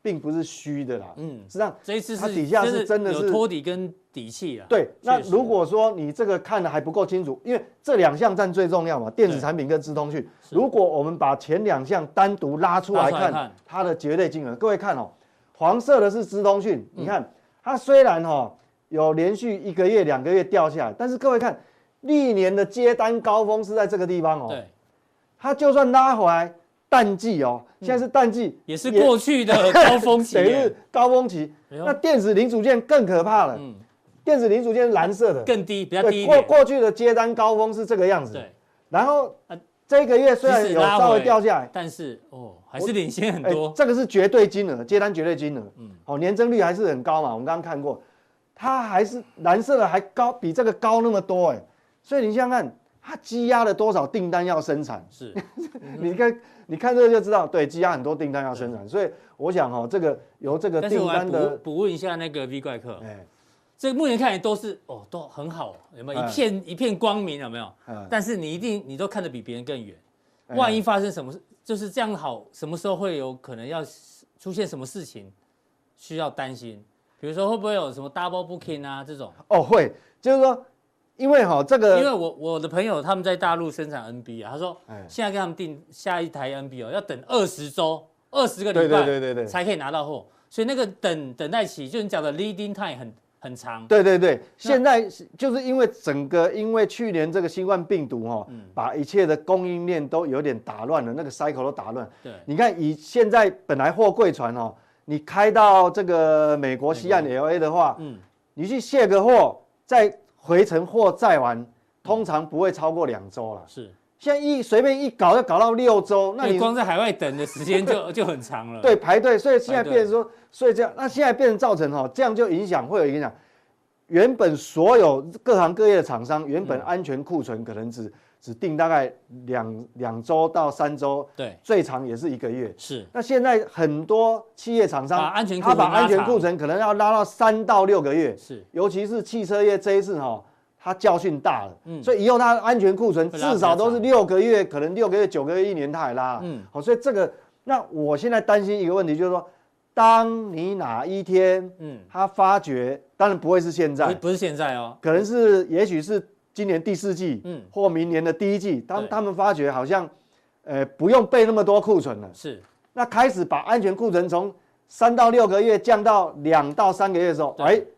Speaker 3: 并不是虚的啦，
Speaker 1: 嗯
Speaker 3: 嗯，实际上
Speaker 1: 这一次是
Speaker 3: 它底价是真的是
Speaker 1: 有托底跟底气啊，
Speaker 3: 对。那
Speaker 1: 确实
Speaker 3: 如果说你这个看的还不够清楚，因为这两项占最重要嘛，电子
Speaker 1: 对
Speaker 3: 产品跟资通讯。
Speaker 1: 是
Speaker 3: 如果我们把前两项单独拉出
Speaker 1: 拉
Speaker 3: 来
Speaker 1: 出来
Speaker 3: 看，
Speaker 1: 看
Speaker 3: 它的绝对金额，各位看哦，黄色的是资通讯，
Speaker 1: 嗯
Speaker 3: 你看、它虽然哈、哦、有连续一个月、两个月掉下来，但是各位看历年的接单高峰是在这个地方哦，
Speaker 1: 对，
Speaker 3: 它就算拉回来，淡季哦，现在是淡季，
Speaker 1: 嗯也是过去的高峰期
Speaker 3: 等于
Speaker 1: 耶
Speaker 3: 是，高峰期。
Speaker 1: 哎呦
Speaker 3: 那电子零组件更可怕了，
Speaker 1: 嗯，
Speaker 3: 电子零组件是蓝色的，
Speaker 1: 更低，比较低
Speaker 3: 对，
Speaker 1: 一
Speaker 3: 过
Speaker 1: 点，
Speaker 3: 过去的接单高峰是这个样子，
Speaker 1: 对，
Speaker 3: 然后
Speaker 1: 啊
Speaker 3: 这个月虽然
Speaker 1: 即使
Speaker 3: 有
Speaker 1: 拉
Speaker 3: 稍微
Speaker 1: 回
Speaker 3: 掉下来，
Speaker 1: 但是哦，还是领先很
Speaker 3: 哎，
Speaker 1: 多，
Speaker 3: 这个是绝对金额，接单绝对金额，嗯，好、年增率还是很高嘛，我们刚刚看过，它还是蓝色的还高，比这个高那么多哎，所以你想想看，它积压了多少订单要生产？
Speaker 1: 是
Speaker 3: 你看，你看这个就知道，对，积压很多订单要生产，所以我想哈、哦，这个由这个
Speaker 1: 但是
Speaker 3: 订
Speaker 1: 我来
Speaker 3: 单
Speaker 1: 补
Speaker 3: 的，
Speaker 1: 补问一下那个 V 怪客，
Speaker 3: 哎，
Speaker 1: 这目前看来都是哦，都很好，有没有
Speaker 3: 哎
Speaker 1: 一片一片光明？有没有？
Speaker 3: 嗯
Speaker 1: 但是你一定你都看得比别人更远，
Speaker 3: 哎
Speaker 1: 万一发生什么事，就是这样好，什么时候会有可能要出现什么事情需要担心？比如说会不会有什么 double booking 啊这种？
Speaker 3: 哦会，就是说，因为哈、这
Speaker 1: 因为
Speaker 3: 个，
Speaker 1: 我我的朋友他们在大陆生产 NB 啊，他说
Speaker 3: 哎
Speaker 1: 现在给他们订下一台 NB 哦，要等二十周、二十个礼
Speaker 3: 对对
Speaker 1: 拜，
Speaker 3: 对对对
Speaker 1: 才可以拿到货，所以那个等等待期，就你讲的 leading time 很很长，
Speaker 3: 对对对，现在是就是因为整个因为去年这个新冠病毒哈、哦，把一切的供应链都有点打乱了，那个 cycle 都打乱，
Speaker 1: 对，
Speaker 3: 你看，以现在本来货柜船哦，你开到这个美国西岸 L A 的话，
Speaker 1: 嗯，
Speaker 3: 你去卸个货，再回程货载完，通常不会超过两周了。
Speaker 1: 是。
Speaker 3: 现在一随便一搞就搞到六周，那
Speaker 1: 那你
Speaker 3: 你
Speaker 1: 光在海外等的时间就 就很长了。
Speaker 3: 对排队，所以现
Speaker 1: 嗯排
Speaker 3: 在
Speaker 1: 队
Speaker 3: 变成说，所以这样，那现在变成造成哈、这样就影响会有影响。原本所有各行各业的厂商，原本安全库存可能只只定大概两两周到三周，
Speaker 1: 对，
Speaker 3: 最长也是一个月。
Speaker 1: 是
Speaker 3: 那现在很多企业厂商，
Speaker 1: 把安全库
Speaker 3: 他
Speaker 1: 存
Speaker 3: 把安全
Speaker 1: 拉长
Speaker 3: 库存可能要拉到三到六个月，
Speaker 1: 是
Speaker 3: 尤其是汽车业这一次哈、哦它教训大了，
Speaker 1: 嗯
Speaker 3: 所以以后它的安全库存
Speaker 1: 会拉比
Speaker 3: 至
Speaker 1: 较
Speaker 3: 少
Speaker 1: 长
Speaker 3: 都是六个月，可能六个月、九个月、一年它还拉，
Speaker 1: 嗯
Speaker 3: 嗯，好、所以这个，那我现在担心一个问题，就是说，当你哪一天，
Speaker 1: 嗯
Speaker 3: 嗯，它发觉，当然不会是现
Speaker 1: 不
Speaker 3: 在，
Speaker 1: 不是现在哦，
Speaker 3: 可能是也许是今年第四季，
Speaker 1: 嗯
Speaker 3: 嗯，或明年的第一季，当
Speaker 1: 对
Speaker 3: 他们发觉好像，呃，不用备那么多库存了，
Speaker 1: 是
Speaker 3: 那开始把安全库存从三到六个月降到两到三个月的时候，
Speaker 1: 对嗯哦
Speaker 3: 哎，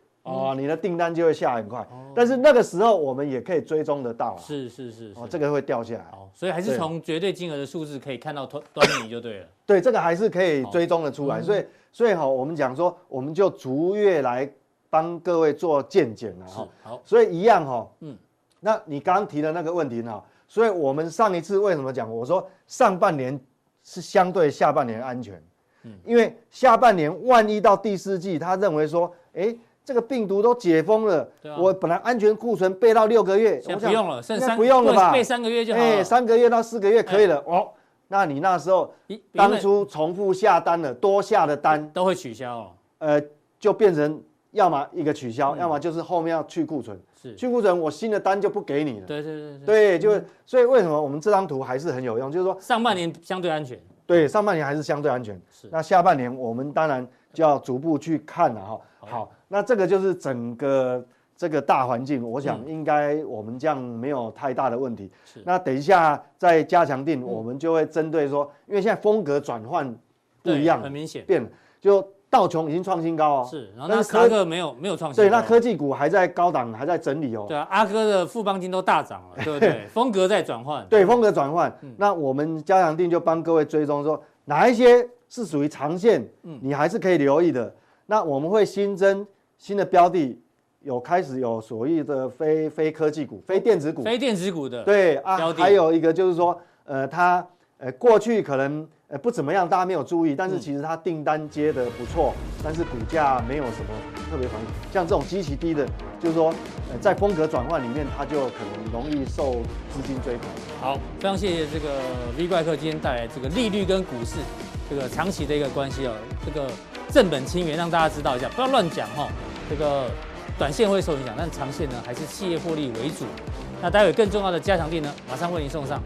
Speaker 3: 哦，你的订单就会下很快。但是那个时候我们也可以追踪得到啊，
Speaker 1: 是是是
Speaker 3: 哦，
Speaker 1: 是，
Speaker 3: 这个会掉下来。
Speaker 1: 好，所以还是
Speaker 3: 对
Speaker 1: 从绝对金额的数字可以看到端端倪就对了。
Speaker 3: 对，这个还是可以追踪的出
Speaker 1: 哦
Speaker 3: 来。所以，所以哈，我们讲说，我们就逐月来帮各位做见检啊了
Speaker 1: 是
Speaker 3: 哈。
Speaker 1: 好，
Speaker 3: 所以一样哈，
Speaker 1: 嗯
Speaker 3: 嗯，那你刚刚提的那个问题呢？所以我们上一次为什么讲？我说上半年是相对下半年安全，嗯，因为下半年万一到第四季，他认为说，哎，这个病毒都解封了
Speaker 1: 对啊，
Speaker 3: 我本来安全库存备到六个月，
Speaker 1: 现
Speaker 3: 我
Speaker 1: 在
Speaker 3: 想
Speaker 1: 不用了，剩
Speaker 3: 应该
Speaker 1: 三
Speaker 3: 不用了吧？
Speaker 1: 备三个月就好
Speaker 3: 哎，
Speaker 1: 了。哎
Speaker 3: 三个月到四个月可以了哦。那你那时候
Speaker 1: 一
Speaker 3: 当初重复下单了，多下的单，
Speaker 1: 都会取消哦，
Speaker 3: 呃，就变成要么一个取消，要么就是后面要去库存。
Speaker 1: 嗯是，
Speaker 3: 去库存，我新的单就不给你了。
Speaker 1: 对对对对，
Speaker 3: 对，就是所以为什么我们这张图还是很有用，就是说，
Speaker 1: 上半年相对安全，
Speaker 3: 对上半年还是相对安全
Speaker 1: 是，
Speaker 3: 那下半年我们当然就要逐步去看了哈。好，那这个就是整个这个大环境，我想应该我们这样没有太大的问题。
Speaker 1: 嗯是嗯
Speaker 3: 那等一下再加强定，我们就会针对说，因为现在风格转换不
Speaker 1: 对
Speaker 3: 一样，
Speaker 1: 很明显
Speaker 3: 变了，就道琼已经创新高哦，
Speaker 1: 是。然后
Speaker 3: 但
Speaker 1: 那
Speaker 3: 是
Speaker 1: 科
Speaker 3: 科
Speaker 1: 个没有没有创新
Speaker 3: 对，
Speaker 1: 高，
Speaker 3: 那科技股还在高档，还在整理哦。
Speaker 1: 对啊，阿哥的富邦金都大涨了，对不 对？风格在转换，
Speaker 3: 对风格转换。
Speaker 1: 嗯
Speaker 3: 那我们加强定就帮各位追踪说哪一些是属于长线，
Speaker 1: 嗯
Speaker 3: 你还是可以留意的。那我们会新增新的标的，有开始有所谓的非非科技股、非电子股，
Speaker 1: 非电子股的，
Speaker 3: 对
Speaker 1: 标
Speaker 3: 啊，
Speaker 1: 的
Speaker 3: 还有一个就是说，呃，它呃过去可能呃不怎么样，大家没有注意，但
Speaker 1: 嗯
Speaker 3: 是其实它订单接的不错，但是股价没有什么特别反应。像这种极其低的，就是说呃在风格转换里面，它就可能容易受资金追捧。
Speaker 1: 好，非常谢谢这个 V 怪客今天带来这个利率跟股市这个长期的一个关系哦，这个正本清源让大家知道一下，不要乱讲哈、哦。这个短线会受影响，但长线呢还是企业获利为主。那待会更重要的加强力呢，马上为您送上。